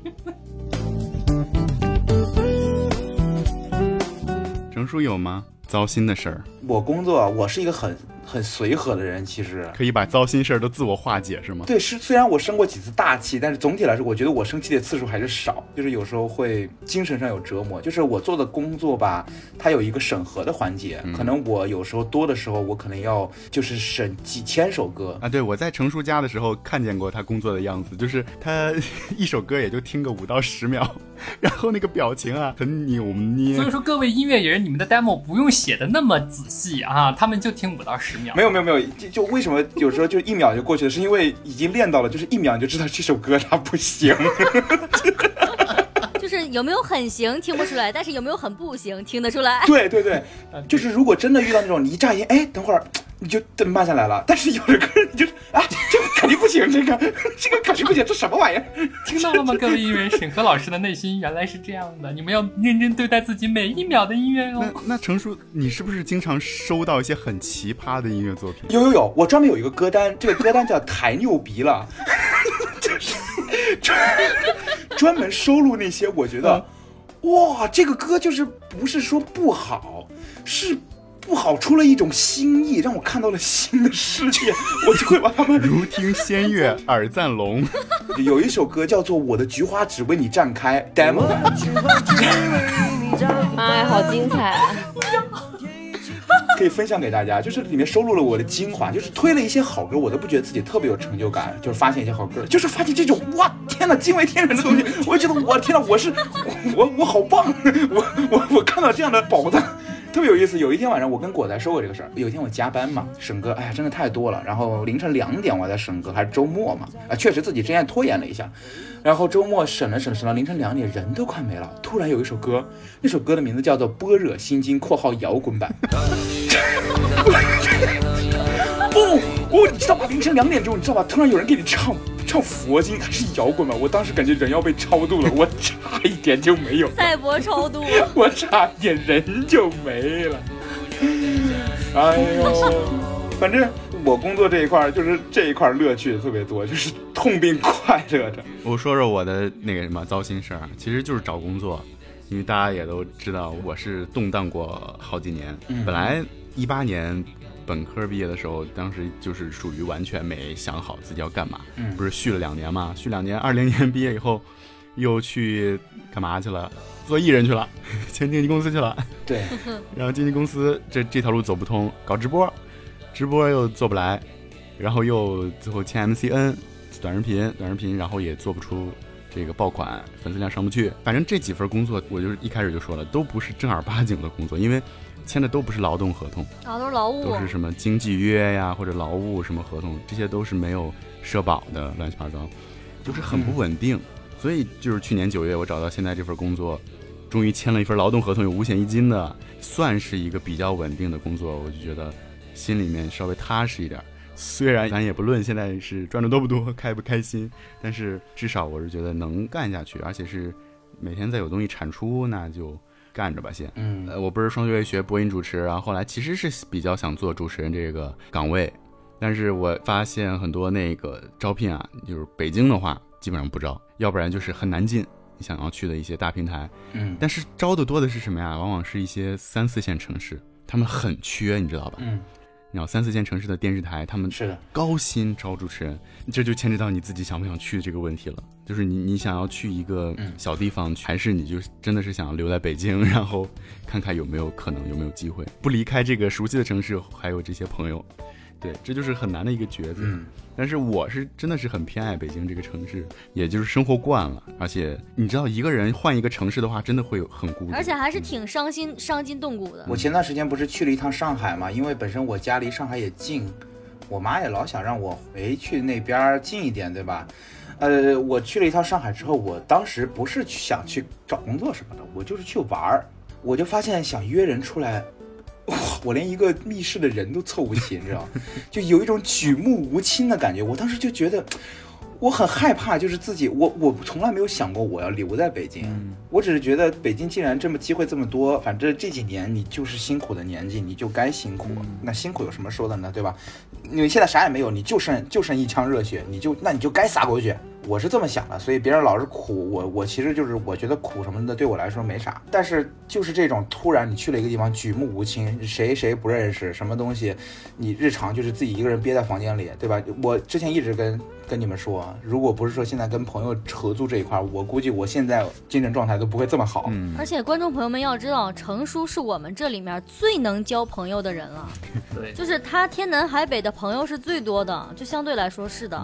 程叔有吗？糟心的事儿，我工作，我是一个很很随和的人，其实。可以把糟心事儿都自我化解是吗？对，是虽然我生过几次大气，但是总体来说，我觉得我生气的次数还是少，就是有时候会精神上有折磨。就是我做的工作吧，它有一个审核的环节，嗯可能我有时候多的时候，我可能要就是审几千首歌，啊，对，我在程叔家的时候看见过他工作的样子，就是他 一首歌也就听个五到十秒，然后那个表情啊很扭嗯捏所以，说各位音乐人，你们的 demo 不用写的那么仔细啊，他们就听五到十秒没。有没有没有，就就为什么有时候就一秒就过去了，是因为已经练到了，就是一秒你就知道这首歌它不行。就是有没有很行听不出来，但是有没有很不行听得出来。 对对对，呃对就是如果真的遇到那种你一乍一听，哎，等会儿你就等慢下来了，但是有的歌你就是啊，这个肯定不行，这个 这个肯定不行，这什么玩意儿？听到了吗，各位音乐人？沈河老师的内心原来是这样的，你们要认真对待自己每一秒的音乐哦那。那程叔，你是不是经常收到一些很奇葩的音乐作品？有有有，我专门有一个歌单，这个歌单叫“抬牛逼了”，就是专专门收录那些我觉得，哇，这个歌就是不是说不好，是不好出了一种新意，让我看到了新的世界，我就会把它们。如听仙乐耳暂聋，有一首歌叫做《我的菊花只为你绽开》，demo 版。妈哎呀，好精彩 啊！可以分享给大家，就是里面收录了我的精华，就是推了一些好歌，我都不觉得自己特别有成就感，就是发现一些好歌，就是发现这种哇天呐惊为天人的东西，我就觉得我天呐我是我我好棒，我我我看到这样的宝藏。特别有意思。有一天晚上，我跟果仔说过这个事儿。有一天我加班嘛，沈哥，哎呀，真的太多了。然后凌晨两点我在沈哥，还是周末嘛，啊，确实自己之前拖延了一下。然后周末审了审，审到凌晨两点，人都快没了。突然有一首歌，那首歌的名字叫做《般若心经》（括号摇滚版）。不，我你知道吧？凌晨两点钟，你知道吧？突然有人给你唱唱佛经，还是摇滚吧？我当时感觉人要被超度了，我差一点就没有。赛博超度，我差点人就没了。哎呦，反正我工作这一块儿就是这一块儿乐趣特别多，就是痛并快乐着。我说说我的那个什么糟心事儿，啊其实就是找工作，因为大家也都知道我是动荡过好几年。嗯本来一八年本科毕业的时候，当时就是属于完全没想好自己要干嘛，嗯不是续了两年嘛，续两年，二零年毕业以后又去干嘛去了？做艺人去了，前经纪公司去了。对， 然后经纪公司这这条路走不通，搞直播，直播又做不来，然后又最后签 MCN 短视频，短视频，然后也做不出这个爆款，粉丝量上不去。反正这几份工作，我就是一开始就说了，都不是正儿八经的工作，因为签的都不是劳动合同，啊，都是劳务都，是什么经济约呀或者劳务什么合同，这些都是没有社保的，乱七八糟，就是很不稳定。所以就是去年九月，我找到现在这份工作，终于签了一份劳动合同，有五险一金的，算是一个比较稳定的工作，我就觉得心里面稍微踏实一点儿。虽然咱也不论现在是赚的多不多，开不开心，但是至少我是觉得能干下去，而且是每天再有东西产出，那就干着吧先。嗯呃，我不是双学位学播音主持，然后后来其实是比较想做主持人这个岗位，但是我发现很多那个招聘啊，就是北京的话基本上不招，要不然就是很难进你想要去的一些大平台。嗯但是招的多的是什么呀？往往是一些三四线城市，他们很缺，你知道吧？嗯，然后三四线城市的电视台，他们是的，高薪招主持人，这就牵扯到你自己想不想去这个问题了。就是你你想要去一个嗯小地方，还是你就真的是想留在北京，然后看看有没有可能有没有机会不离开这个熟悉的城市，还有这些朋友。对，这就是很难的一个抉择。嗯但是我是真的是很偏爱北京这个城市，也就是生活惯了，而且你知道一个人换一个城市的话，真的会有很孤独，而且还是挺伤心、伤筋动骨的。我前段时间不是去了一趟上海嘛，因为本身我家离上海也近，我妈也老想让我回去那边儿近一点，对吧？呃，我去了一趟上海之后，我当时不是去想去找工作什么的，我就是去玩儿，我就发现想约人出来。哇我连一个密室的人都凑不齐，你知道吗，就有一种举目无亲的感觉。我当时就觉得，我很害怕，就是自己，我我从来没有想过我要留在北京，我只是觉得北京既然这么机会这么多，反正这几年你就是辛苦的年纪，你就该辛苦。那辛苦有什么说的呢，对吧？你现在啥也没有，你就剩就剩一腔热血，你就那你就该撒狗血。我是这么想的，所以别人老是苦我，我其实就是我觉得苦什么的对我来说没啥，但是就是这种突然你去了一个地方举目无亲，谁谁不认识，什么东西，你日常就是自己一个人憋在房间里，对吧？我之前一直跟跟你们说，如果不是说现在跟朋友合租这一块儿，我估计我现在精神状态都不会这么好。嗯，而且观众朋友们要知道，程叔是我们这里面最能交朋友的人了，对，就是他天南海北的朋友是最多的，就相对来说是的。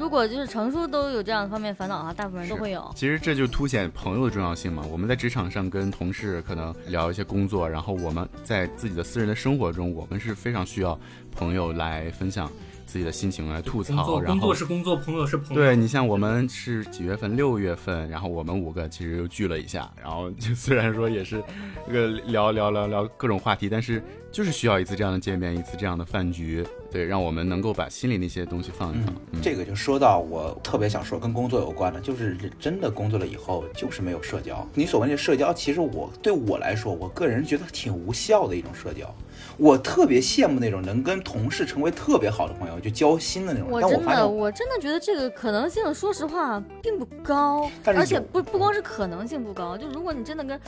如果就是程叔都有这样方面烦恼的话，大部分人都是会有。其实这就凸显朋友的重要性嘛。我们在职场上跟同事可能聊一些工作，然后我们在自己的私人的生活中，我们是非常需要朋友来分享自己的心情，来吐工槽。作然工后作是工作，朋友是朋友。对你像我们是几月份？六月份，然后我们五个其实又聚了一下，然后就虽然说也是这个聊聊聊聊各种话题，但是就是需要一次这样的见面，一次这样的饭局，对，让我们能够把心里那些东西放一放。嗯这个就说到我特别想说跟工作有关的，就是真的工作了以后就是没有社交。你所谓的社交，其实我对我来说，我个人觉得挺无效的一种社交。我特别羡慕那种能跟同事成为特别好的朋友，就交心的那种。我但我真发的，现，我真的觉得这个可能性，说实话并不高，但是而且有不不光是可能性不高，就如果你真的跟，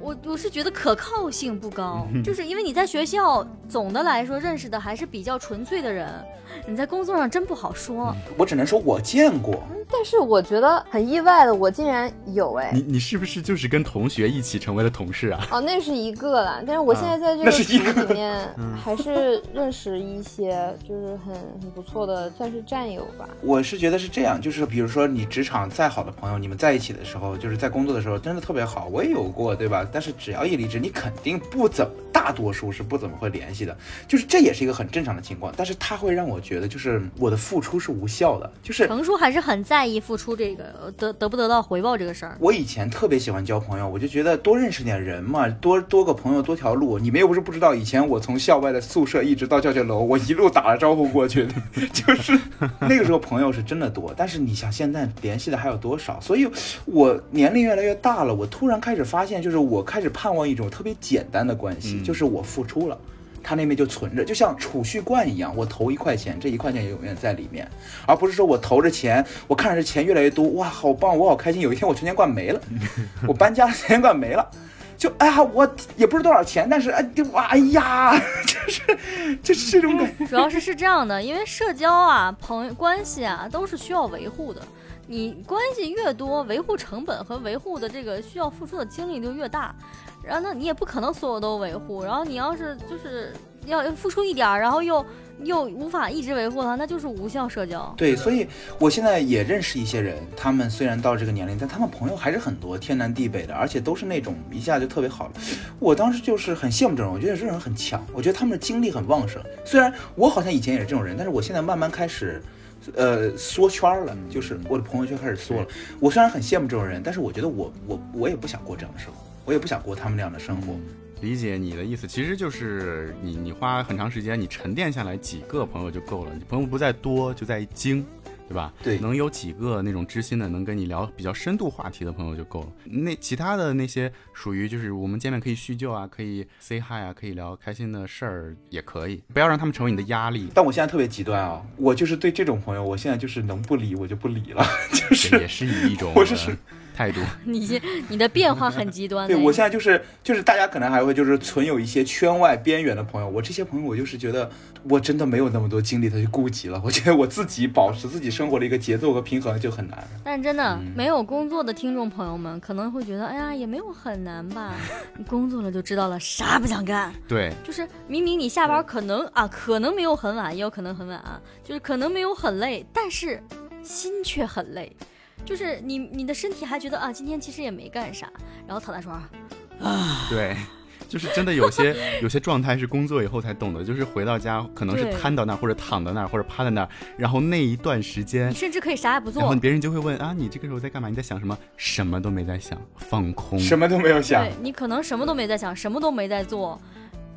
我我是觉得可靠性不高，嗯就是因为你在学校总的来说认识的还是比较纯粹的人，你在工作上真不好说。我只能说我见嗯过，但是我觉得很意外的，我竟然有哎你，你是不是就是跟同啊学一起成为了同事啊？哦，那是一个啦。但是我现在在这嗯那个是一个嗯群里 面，还是认识一些就是很很不错的，算是战友吧。我是觉得是这样，就是比如说你职场再好的朋友，你们在一起的时候，就是在工作的时候，真的特别好。我也有过，对吧？但是只要一离职，你肯定不怎么，大多数是不怎么会联系的，就是这也是一个很正常的情况。但是它会让我觉得，就是我的付出是无效的，就是程叔还是很在意付出这个呃得得不得到回报这个事儿。我以前特别喜欢交朋友，我就觉得多认识点人嘛，多多个朋友多条路。你们又不是不知道，以前我从校外的宿舍一直到教学楼，我一路打了招呼过去的， 就是那个时候朋友是真的多。但是你想现在联系的还有多少？所以我年龄越来越大了，我突然开始发现，就是我开始盼望一种特别简单的关系，嗯就是我付出了。他那边就存着，就像储蓄罐一样，我投一块钱，这一块钱永远在里面，而不是说我投着钱，我看着这钱越来越多，哇，好棒，我好开心。有一天我存钱罐没了，我搬家了，存钱罐没了，就哎呀，我也不是多少钱，但是哎，哇，哎呀， 就是就是这种感觉。主要是是这样的，因为社交啊、朋友关系啊，都是需要维护的。你关系越多，维护成本和维护的这个需要付出的精力就越大。然后呢，你也不可能所有都维护。然后你要是就是要付出一点儿，然后又又无法一直维护它，那就是无效社交。对，所以我现在也认识一些人，他们虽然到这个年龄，但他们朋友还是很多，天南地北的，而且都是那种一下就特别好了。我当时就是很羡慕这种人，我觉得这种人很强，我觉得他们的精力很旺盛。虽然我好像以前也是这种人，但是我现在慢慢开始。呃，缩圈儿了，就是我的朋友圈开始缩了。我虽然很羡慕这种人，但是我觉得我我我也不想过这样的生活，我也不想过他们那样的生活。理解你的意思，其实就是你你花很长时间，你沉淀下来几个朋友就够了，你朋友不在多，就在精。对吧？对。能有几个那种知心的，能跟你聊比较深度话题的朋友就够了。那其他的那些属于就是我们见面可以叙旧啊，可以 say hi 啊，可以聊开心的事儿也可以，不要让他们成为你的压力但我现在特别极端啊，我就是对这种朋友，我现在就是能不理我就不理了，就这 是也是以一种我是是呃态度。 你你的变化很极端的。对我现在就是就是大家可能还会就是存有一些圈外边缘的朋友，我这些朋友我就是觉得我真的没有那么多精力再去顾及了，我觉得我自己保持自己生活的一个节奏和平衡就很难。但真的嗯没有工作的听众朋友们可能会觉得，哎呀，也没有很难 吧？你工作了就知道了，啥不想干。对，就是明明你下班可能啊，可能没有很晚，也有可能很晚啊，就是可能没有很累，但是心却很累，就是你你的身体还觉得啊，今天其实也没干啥，然后躺在床上，对， 就是真的有些有些状态是工作以后才懂的，就是回到家可能是对瘫到那儿，或者躺到那儿，或者趴在那儿，然后那一段时间你，甚至可以啥也不然后做。别人就会问啊，你这个时候在干嘛？你在想什么？什么都没在想，放空。什么都没有想对，你可能什么都没在想，什么都没在做，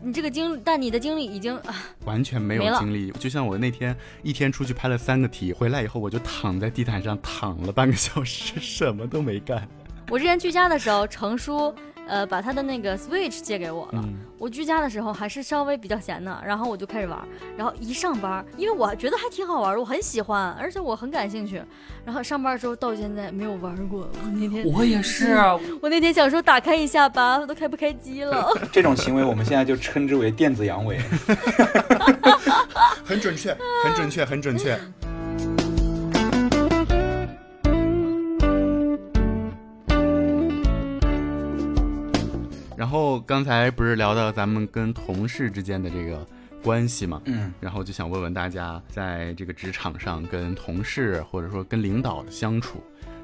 你这个精，但你的精力已经啊，完全没有没了精力。就像我那天一天出去拍了三个题，回来以后我就躺在地毯上躺了半个小时， 什么都没干。我之前居家的时候，程叔呃把他的那个 Switch 借给我了。嗯，我居家的时候还是稍微比较闲的，然后我就开始玩儿，然后一上班儿，因为我觉得还挺好玩儿的，我很喜欢，而且我很感兴趣。然后上班儿之后到现在没有玩过，我那天我也是啊，我那天想说打开一下吧，我都开不开机 了。这种行为，我们现在就称之为电子阳痿。很准确，很准确，很准确。然后刚才不是聊到咱们跟同事之间的这个关系嘛，嗯，然后就想问问大家，在这个职场上跟同事或者说跟领导的相处，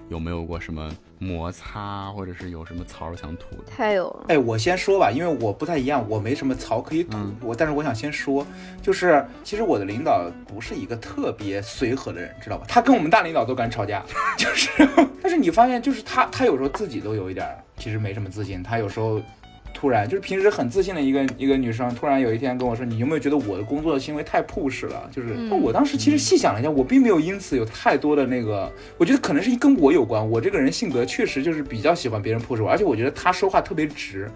有没有过什么摩擦，或者是有什么槽儿想吐的？太有了。哎，我先说吧，因为我不太一样，我没什么槽可以吐。嗯我但是我想先说，就是其实我的领导不是一个特别随和的人，知道吧？他跟我们大领导都敢吵架，就是。但是你发现，就是他，他有时候自己都有一点儿，其实没什么自信。他有时候突然就是平时很自信的一个一个女生，突然有一天跟我说：“你有没有觉得我的工作行为太 push 了？”就是、嗯那我当时其实细想了一下，我并没有因此有太多的那个，我觉得可能是跟我有关。我这个人性格确实就是比较喜欢别人 push 我，而且我觉得他说话特别直。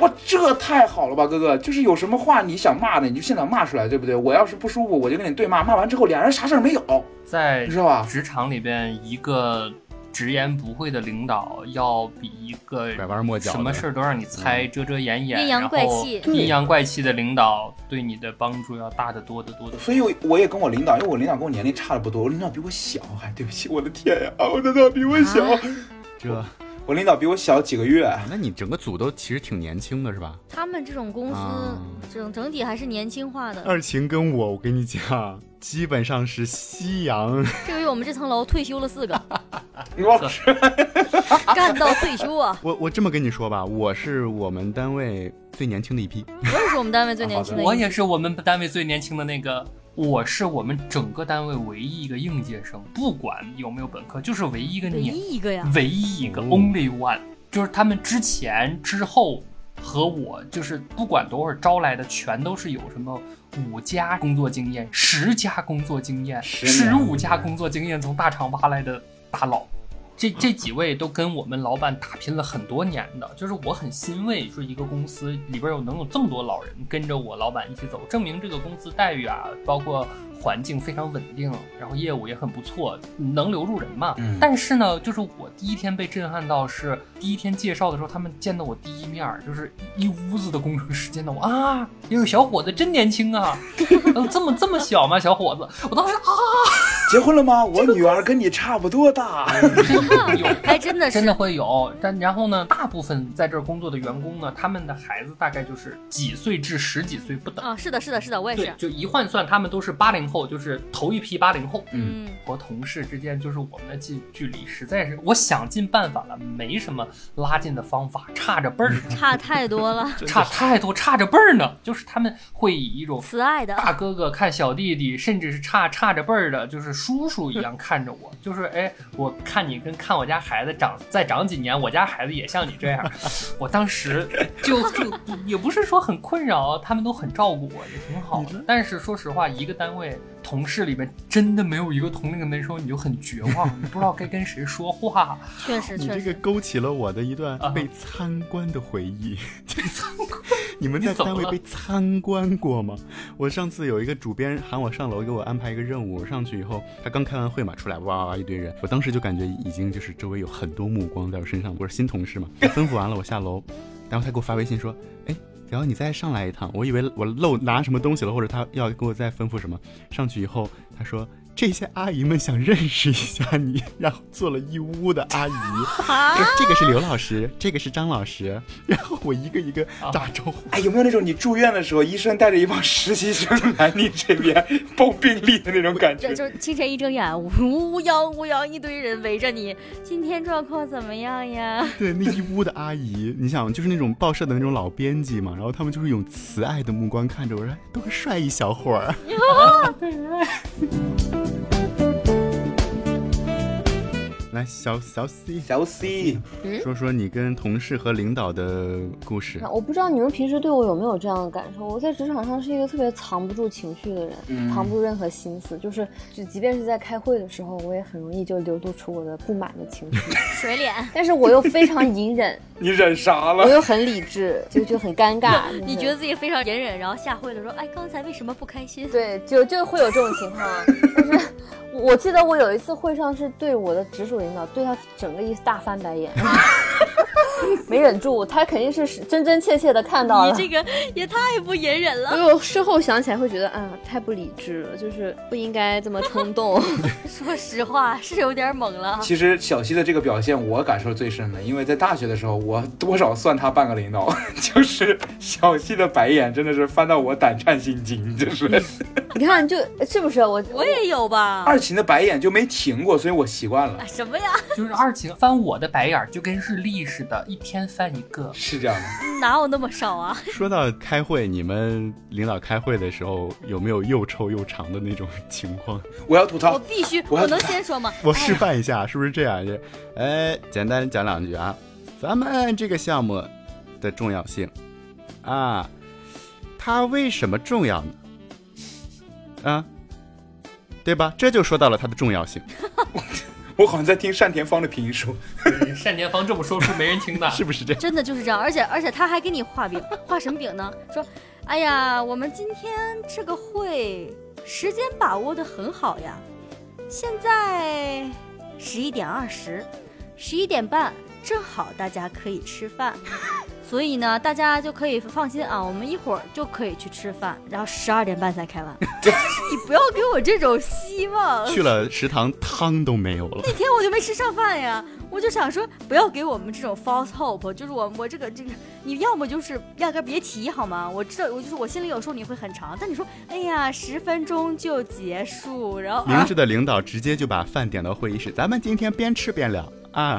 哇，这太好了吧，哥哥！就是有什么话你想骂的，你就现场骂出来，对不对？我要是不舒服，我就跟你对骂，骂完之后俩人啥事儿没有，在你知道吧？职场里边，一个直言不讳的领导，要比一个拐弯抹角的嗯什么事儿都让你猜、遮遮掩掩、阴阳怪气然后阴阳怪气的领导对你的帮助要大得多得多得多。所以，我我也跟我领导，因为我领导跟我年哎龄差的不多，我领导比我小，还对不起，我的天呀、啊，我的领导比我小，这我领导比我小几个月，那你整个组都其实挺年轻的，是吧？他们这种公司啊整整体还是年轻化的。二晴跟我，我跟你讲，基本上是夕阳。 这个月我们这层楼退休了四个， 我干到退休啊！我我这么跟你说吧，我是我们单位最年轻的一批。我也是我们单位最年轻的一个。啊我也是我们单位最年轻的那个，我是我们整个单位唯一一个应届生，不管有没有本科，就是唯一一个唯年，一一 个呀， 唯一一个嗯哦 only one，就是他们之前之后和我，就是不管多少招来的，全都是有什么五家工作经验、十家工作经验、十十年五家工作经验从大厂挖来的大佬。这这几位都跟我们老板打拼了很多年的，就是我很欣慰，说一个公司里边有能有这么多老人跟着我老板一起走，证明这个公司待遇啊，包括环境非常稳定，然后业务也很不错，能留住人嘛。嗯但是呢，就是我第一天被震撼到是第一天介绍的时候，他们见到我第一面儿，就是一屋子的工程师见到我啊，也有小伙子真年轻啊， 呃这么这么小吗？小伙子，我当时啊，结婚了吗？我女儿跟你差不多 大。有还哎真的是真的会有。但然后呢，大部分在这儿工作的员工呢，他们的孩子大概就是几岁至十几岁不等。啊，是的，是的，是的，我也对是，。就一换算，他们都是八零后，就是头一批八零后。嗯，和同事之间，就是我们的距距离实在是，我想尽办法了，没什么拉近的方法，差着辈儿，嗯差太多 了，差太多，差着辈儿呢。就是他们会以一种慈爱的。大哥哥看小弟弟，甚至是差差着辈儿的，就是叔叔一样看着我，就是哎，我看你跟看我家孩子长再长几年，我家孩子也像你这样。我当时就就也不是说很困扰，他们都很照顾我，也挺好的。但是说实话，一个单位同事里面真的没有一个同龄的时候，你就很绝望，你不知道该跟谁说话。确实你确这实个，勾起了我的一段啊被参观的回忆。你们你在怎么单位了被参观过吗？我上次有一个主编喊我上楼，给我安排一个任务。我上去以后，他刚开完会嘛，出来哇哇哇一堆人，我当时就感觉已经就是周围有很多目光在我身上。我是新同事嘛，我吩咐完了我下楼，然后他给我发微信说：“哎，然后你再上来一趟。”我以为我漏拿什么东西了，或者他要给我再吩咐什么。上去以后，他说。这些阿姨们想认识一下你，然后做了一屋的 阿姨。 啊这这个是刘老师，这个是张老师，然后我一个一个啊打招呼。哎，有没有那种你住院的时候，医生带着一帮实习生来你这边报病历的那种感觉这？就是清晨一睁眼，乌泱乌泱一堆人围着你，今天状况怎么样呀？对，那一屋的阿姨，你想就是那种报社的那种老编辑嘛，然后他们就是用慈爱的目光看着我说，哎多帅一小伙儿。来，小小 C 小 C，说说你跟同事和领导的故事那。我不知道你们平时对我有没有这样的感受？我在职场上是一个特别藏不住情绪的人，嗯藏不住任何心思，就是就即便是在开会的时候，我也很容易就流露出我的不满的情绪，水脸，但是我又非常 隐忍，你忍啥我了？又很理智，就就很尴尬。就是你觉得自己非常隐忍，然后下会了说，哎，刚才为什么不开心？对，就就会有这种情况 啊。但是我记得我有一次会上是对我的直属领导，对他整个一大翻白眼， 没忍住，他肯定是真真切切的看到你了。这个啊也太不隐忍 了。所以我事后想起来会觉得，啊、太不理智了，就是不应该这么 冲动。说实话，是有点猛了。其实小 C 的这个表现我感受最深了，因为在大学的时候，我多少算他半个领导， 就是小 C 的白眼真的是翻到我胆战心惊，就是你看，就是不是我 我也有吧？二琴的白眼就没停过，所以我习惯了啊，，什么呀？就是二晴翻我的白眼儿，就跟日历似的，一天翻一个。是这样的。哪有那么少啊？说到开会，你们领导开会的时候有没有又臭又长的那种 情况？我要吐我槽，必须，啊我要我能先说吗？ 我哎示范一下，是不是这样？就，哎，简单讲两句啊，咱们这个项目的重要性啊，它为什么重要呢？啊，对吧？这就说到了它的重要性。我好像在听单田芳的评书，单田芳这么说是没人听啊的，是不是这样？真的就是这样，而且而且他还给你画饼，画什么饼呢？说，哎呀，我们今天这个会时间把握的很好呀，现在十一点二十，十一点半，正好大家可以吃饭，所以呢，大家就可以放心啊，我们一会儿就可以去吃饭，然后十二点半才开完。你不要给我这种希望。去了食堂汤都没有了。那天我就没吃上饭呀，我就想说，不要给我们这种 false hope，就是我我这个这个，你要么就是压根儿别提好吗？我知道，我就是我心里有数你会很长，但你说，哎呀，十分钟就结束，然后明啊，智的领导直接就把饭点到会议室，咱们今天边吃边聊啊。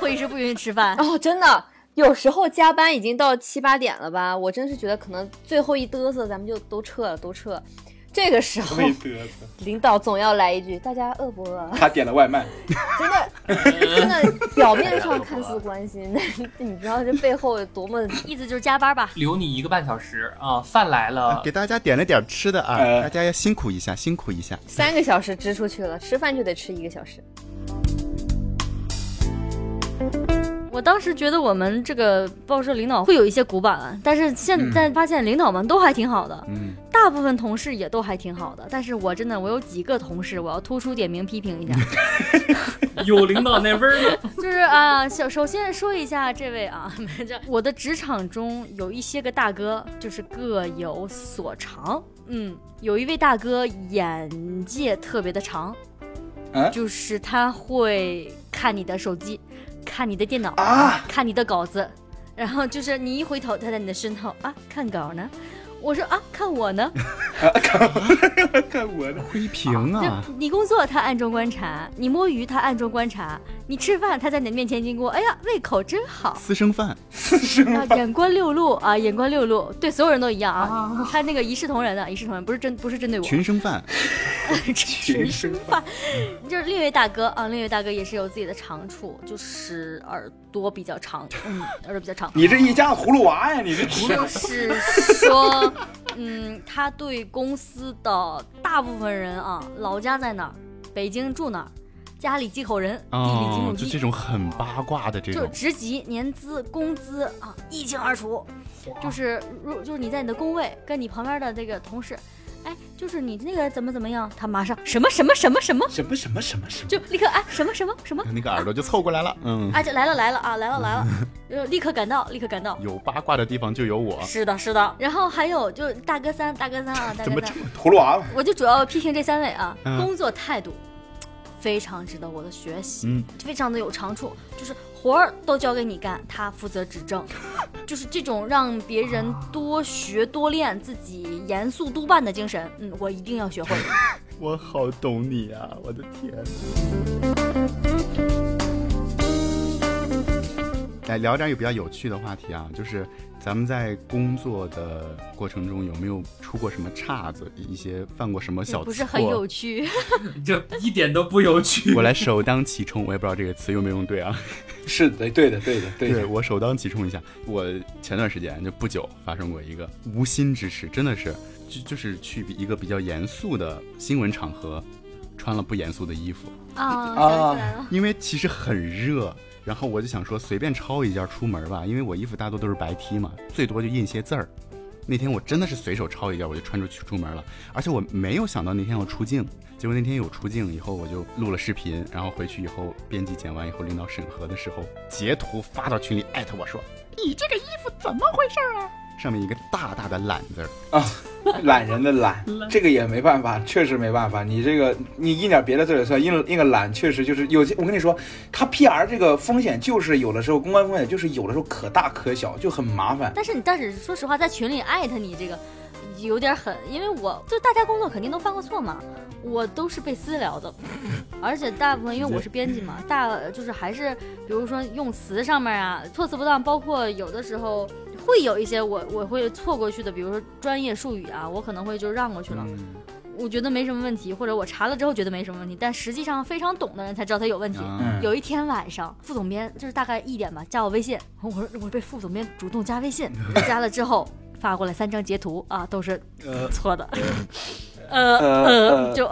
会议室不允许吃饭，哦，真的，有时候加班已经到七八点了吧，我真是觉得可能最后一嘚瑟，咱们就都撤了，都撤。这个时 候，没得瑟。领导总要来一句：“大家饿啊不饿他点了外卖，？”真的，真的，表面上看似关心， 但你知道这背后有多么……意思就是加班吧。留你一个半小时啊，饭来了给，大家点了点吃的啊，呃哎大家要辛苦一下，辛苦一下。啊三个小时支出去了，吃饭就得吃一个小时。我当时觉得我们这个报社领导会有一些古板，啊但是现在发现领导们都还挺好的，嗯，大部分同事也都还挺好的。但是我真的，我有几个同事，我要突出点名批评一下， 有领导那味儿 吗？就是啊，首首先说一下这位啊， 这我的职场中有一些个大哥，就是各有所长。嗯，有一位大哥眼界特别的长，啊就是他会看你的手机，看你的电脑啊，看你的稿子，然后就是你一回头，他在你的身后啊，看稿呢。我说啊，看我呢， 看我的，灰屏啊，就你工作他暗中观察，你摸鱼他暗中观察，你吃饭他在你的面前经过，哎呀，胃口真好。私生饭，啊，眼观六路啊，眼观六路，对所有人都一样啊。他那个一视同仁的，一视同仁，不是针，不是针对我，群生饭，群生饭。 就是另一位大哥啊，另一位大哥也是有自己的长处，就是耳朵比较长，嗯，耳朵比较长。你这一家葫芦娃呀，你这是就是说，嗯，他对公司的大部分人啊，老家在哪儿，北京住哪儿，家里几口人，哦，地就理这几亩地。种很八卦的这就种，职级、年资、工资啊，一清二楚。就是如就是你在你的工位跟你旁边的这个同事，哎，就是你那个怎么怎么样，他马上什么什么什么什么，什么什么什么什么？就立刻哎什么什么什 么，那个耳朵就凑过来 了，嗯，哎就来了来了啊来了 来了，就立刻赶到立刻赶到。有八卦的地方就有我，是的，是的。然后还有就是大哥三，大哥三啊，大嗯怎哥么三这，么葫芦娃嘛，我就主要批评这三位啊，嗯工作态度非常值得我的学习，嗯非常的有长处，就是活儿都交给你干，他负责指 正，就是这种让别人多学多练，自己严肃督办的精神，嗯，我一定要学会。我好懂你啊，我的天！来聊点有比较有趣的话题啊，就是咱们在工作的过程中有没有出过什么岔子，一些犯过什么 也小嗯不是很有错趣，这一点都不 有 趣。我来首当其冲，我也不知道这个词用没用对啊。是的，对的，对的，对的。我首当其冲一下，我前段时间就不久发生过一个无心之失，真的是就就是去一个比较严肃的新闻场合，穿了不严肃的衣服，啊，想起来了，因为其实很热。然后我就想说，随便抄一件出门吧，因为我衣服大多都是白 T 嘛，最多就印些字儿。那天我真的是随手抄一件，我就穿出去出门了，而且我没有想到那天要出镜，结果那天有出镜以后，我就录了视频，然后回去以后，编辑剪完以后，领导审核的时候，截图发到群里艾特我说：“你这个衣服怎么回事儿啊？”上面一个大大的懒字儿，啊， 懒人的懒，这个也没办法，确实没办法。你这个你印点别的字儿也算，印印个懒，确实就是有些。我跟你说，他 PR 这个风险就是有的时候公关风险就是有的时候可大可小，就很麻烦。但是你但是说实话，在群里艾特你这个有点狠，因为我就大家工作肯定都犯过错嘛，我都是被私聊的，而且大部分因为我是编辑嘛，大就是还是比如说用词上面啊措辞不当，包括有的时候会有一些我我会错过去的，比如说专业术语啊，我可能会就让过去嗯了，我觉得没什么问题，或者我查了之后觉得没什么问题，但实际上非常懂的人才知道它有问题。啊，有一天晚上，副总编就是大概一点吧，加我微信，我说我被副总编主动加微信，加了之后发过来三张截图啊，都是错的， 呃呃呃呃就。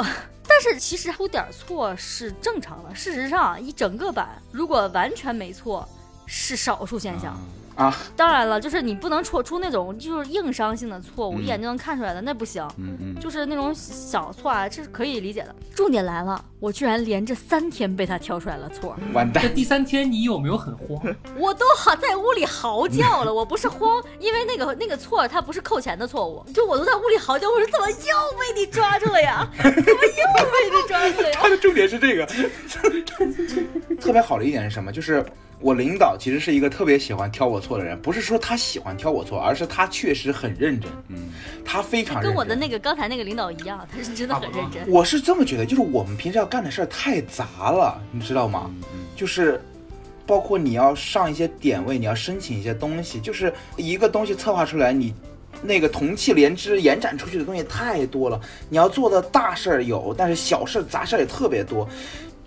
但是其实有点错是正常的。事实上，一整个版如果完全没错，是少数现象。啊啊，当然了，就是你不能出出那种就是硬伤性的错误，嗯一眼就能看出来的，那不行。嗯嗯，就是那种小错啊，这是可以理解的。重点来了，我居然连着三天被他挑出来了错，完蛋 这，第三天你有没有很慌？ 我都好在屋里嚎叫了。我不是慌，因为那个 那个错它不是扣钱的错误，就我都在屋里嚎叫，我说怎么又被你抓住了呀？怎么又被你抓住了呀？他的重点是这个。特别好的一点是什么？就是我领导其实是一个特别喜欢挑我错的人，不是说他喜欢挑我错，而是他确实很认真，嗯，，他非常认真。跟我的那个刚才那个领导一样，他是真的很认真。我是这么觉得，就是我们平时要干的事儿太杂了，你知道吗？就是包括你要上一些点位，你要申请一些东西，就是一个东西策划出来，你那个同气连枝延展出去的东西太多了。你要做的大事儿有，但是小事儿杂事儿也特别多。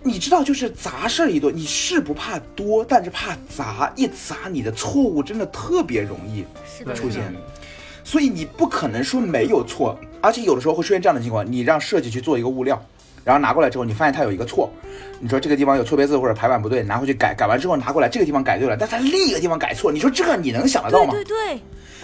你知道，就是杂事儿一多，你是不怕多，但是怕杂，一杂你的错误真的特别容易。是的，对出是的现，所以你不可能说没有错，而且有的时候会出现这样的情况：你让设计去做一个物料，然后拿过来之后，你发现它有一个错，你说这个地方有错别字或者排版不对，拿回去改，改完之后拿过来，这个地方改对了，但它另一个地方改错，你说这个你能想得到对吗？对对，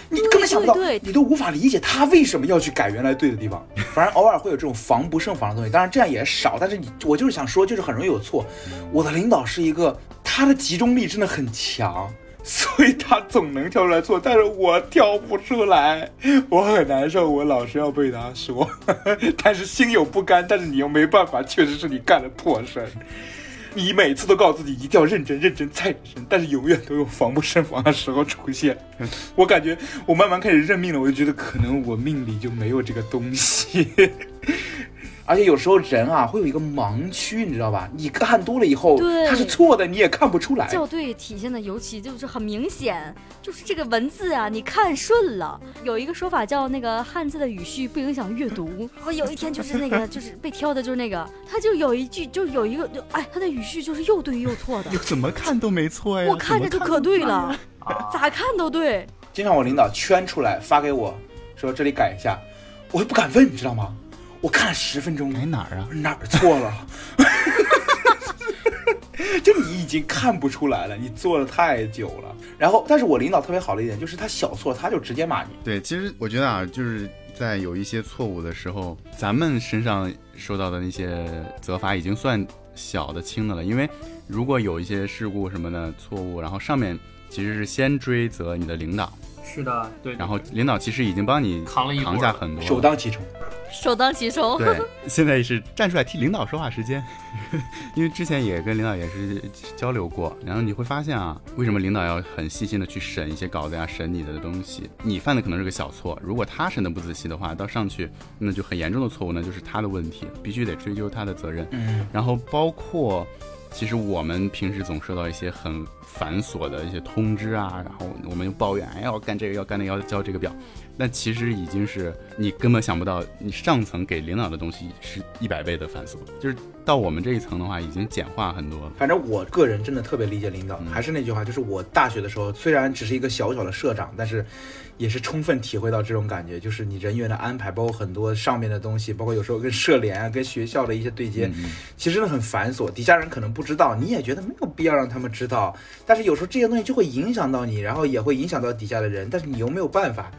你根本想不到对对，对你都无法理解他为什么要去改原来对的地方。反正偶尔会有这种防不胜防的东西，当然这样也少。但是你，我就是想说，就是很容易有错。我的领导是一个，他的集中力真的很强， 所以他总能挑出来错，但是我挑不出来，我很难受，我老是要被他说， 但是心有不甘，但是你又没办法，确实是你干了破事儿。你每次都告诉自己一定要认真、认真再认真，但是永远都有防不胜防的时候出现。我感觉我慢慢开始认命了，我就觉得可能我命里就没有这个东西。 而且有时候人啊会有一个盲区，你知道吧？你看多了以后，对它是错的，你也看不出来。校对体现的尤其就是很明显，就是这个文字啊，你看顺了。有一个说法叫那个汉字的语序不影响阅读。我有一天就是那个就是被挑的就是那个，他就有一句就有一个就哎，他的语序就是又对又错的怎么看都没哎错呀，我看着就可对了，啊，咋看都对。经常我领导圈出来发给我，说这里改一下，我都不敢问，你知道吗？我看了十分钟，来哪儿啊？哪儿错了？ 就你已经看不出来了，你做了太久了。然后，但是我领导特别好的一点就是，他小错他就直接骂你。对，其实我觉得啊，就是在有一些错误的时候，咱们身上受到的那些责罚已经算小的、轻的了。因为如果有一些事故什么的错误，然后上面其实是先追责你的领导，是的，对。然后领导其实已经帮你扛了一扛波下了很多了。首当其冲。首当其冲，对，现在是站出来替领导说话时间， 因为之前也跟领导也是交流过，然后你会发现啊，为什么领导要很细心的去审一些稿子呀、审你的东西？你犯的可能是个小错，如果他审的不仔细的话，到上去那就很严重的错误，那就是他的问题，必须得追究他的责任。嗯，然后包括，其实我们平时总收到一些很繁琐的一些通知啊，然后我们又抱怨，哎，要干这个，要干那个，要交这个表，那其实已经是你根本想不到，你上层给领导的东西是一百倍的繁琐，就是到我们这一层的话，已经简化很多了。反正我个人真的特别理解领导。还是那句话，就是我大学的时候，虽然只是一个小小的社长，但是也是充分体会到这种感觉，就是你人员的安排，包括很多上面的东西，包括有时候跟社联啊、跟学校的一些对接，其实真的很繁琐。底下人可能不知道，你也觉得没有必要让他们知道，但是有时候这些东西就会影响到你，然后也会影响到底下的人，但是你又没有办法。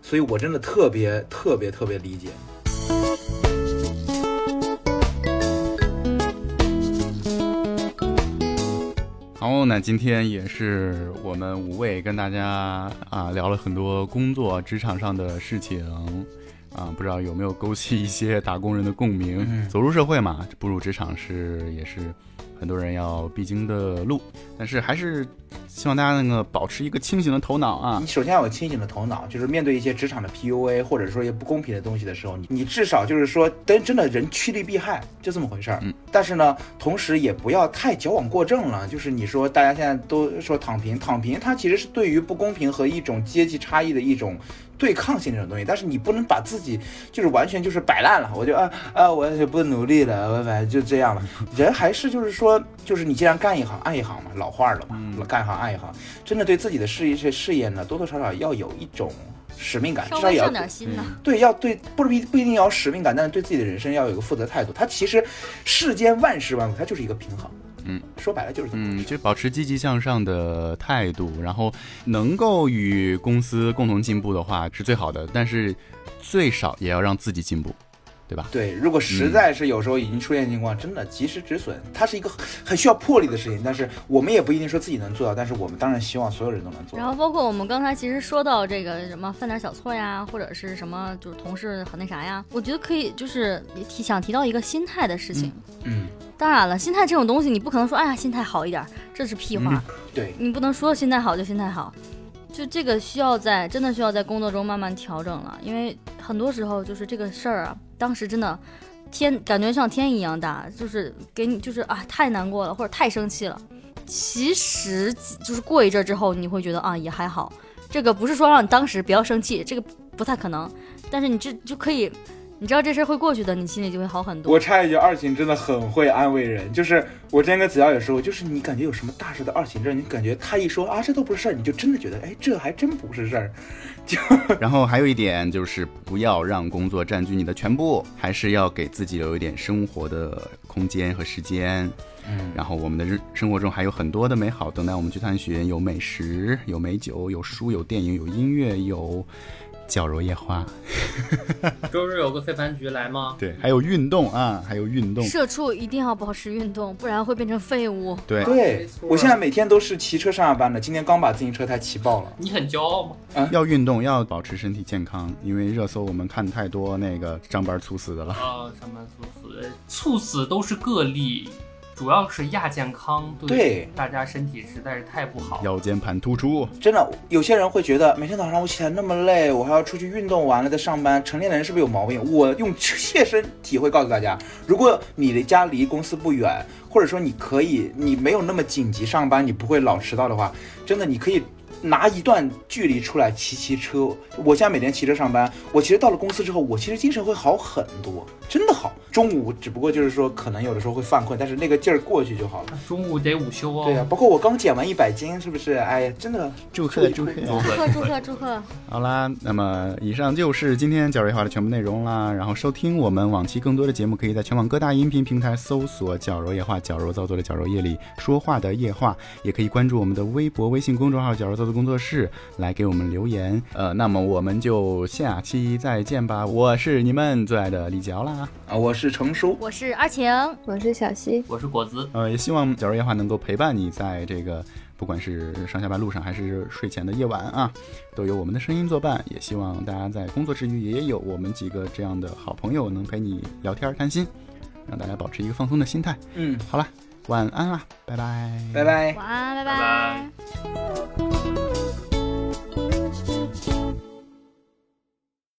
所以，我真的特别特别特别理解。好，那今天也是我们五位跟大家啊聊了很多工作职场上的事情啊，不知道有没有勾起一些打工人的共鸣？嗯走入社会嘛，步入职场是也是很多人要必经的路，但是还是希望大家能够保持一个清醒的头脑啊你。首先要有清醒的头脑，就是面对一些职场的 PUA 或者说一些不公平的东西的时候，你你至少就是说，真真的人趋利避害，就这么回事儿。嗯，但是呢，同时也不要太矫枉过正了。就是你说大家现在都说躺平，躺平它其实是对于不公平和一种阶级差异的一种。对抗性这种东西，但是你不能把自己就是完全就是摆烂了，我就啊啊，我也不努力了，我反正就这样了。人还是就是说，就是你既然干一行爱一行嘛，老话儿了嘛，嗯干一行爱一行，真的对自己的事业事事业呢，多多少少要有一种使命感，稍至少微也要上点嗯心呢。对，要对不是不一定要有使命感，但是对自己的人生要有一个负责态度。它其实世间万事万物，它就是一个平衡。嗯，说白了就是这么回嗯，事。就保持积极向上的态度，然后能够与公司共同进步的话是最好的，但是最少也要让自己进步，对吧？对，如果实在是有时候已经出现情况，真的及时止损，它是一个很很需要魄力的事情。但是我们也不一定说自己能做到，但是我们当然希望所有人都能做然到。后包括我们刚才其实说到这个什么犯点小错呀，或者是什么就是同事很那啥呀，我觉得可以就是也提想提到一个心态的事情。嗯，当然了，心态这种东西你不可能说哎呀心态好一点，这是屁话，对，你不能说心态好就心态好。就这个需要在真的需要在工作中慢慢调整了，因为很多时候就是这个事儿啊，当时真的天感觉像天一样大，就是给你就是啊太难过了或者太生气了。其实就是过一阵儿之后，你会觉得啊也还好，这个不是说让你当时不要生气，这个不太可能，但是你这就可以，你知道这事儿会过去的，你心里就会好很多我。插一句，二琴真的很会安慰人。就是我之前跟子瑶也说过，就是你感觉有什么大事的二琴这，你感觉他一说啊这都不是事儿，你就真的觉得哎这还真不是事儿。然后还有一点就是不要让工作占据你的全部，还是要给自己留一点生活的空间和时间。嗯，然后我们的日生活中还有很多的美好等待我们去探寻，有美食，有美酒，有书，有电影，有音乐，有皎若夜花，周日有个飞盘局来吗？对，还有运动啊，还有运动。社畜一定要保持运动，不然会变成废物。对，对没错我现在每天都是骑车上下班的，今天刚把自行车胎骑爆了。你很骄傲吗？要运动，要保持身体健康，因为热搜我们看太多那个上班猝死的了。啊，上班猝死，猝死都是个例，主要是亚健康对对大家身体实在是太不好。腰间盘突出，真的，有些人会觉得每天早上我起来那么累，我还要出去运动，完了再上班，成年人是不是有毛病？我用切身体会告诉大家，如果你的家离公司不远，或者说你可以，你没有那么紧急上班，你不会老迟到的话，真的你可以。拿一段距离出来骑骑车，我现在每天骑车上班。我其实到了公司之后，我其实精神会好很多，真的好。中午只不过就是说，可能有的时候会犯困，但是那个劲儿过去就好了。中午得午休哦。对呀、啊包括我刚减完一百斤，是不是？哎呀，真的祝贺祝贺祝贺祝贺祝贺！好啦，那么以上就是今天角瑞话的全部内容啦。然后收听我们往期更多的节目，可以在全网各大音频平台搜索“矫揉夜话”，矫揉造作的矫揉夜里说话的夜话，也可以关注我们的微博、微信公众号“矫揉造作工作室”来给我们留言。呃，那么我们就下期再见吧。我是你们最爱的李矫啦。啊，我是成熟。我是阿晴，我是小西，我是果子，呃，也希望矫揉夜话能够陪伴你在这个不管是上下班路上还是睡前的夜晚啊，都有我们的声音作伴。也希望大家在工作之余也有我们几个这样的好朋友能陪你聊天儿谈心，让大家保持一个放松的心态。嗯，好啦，晚安啦，拜拜，拜。拜。晚安，拜拜拜拜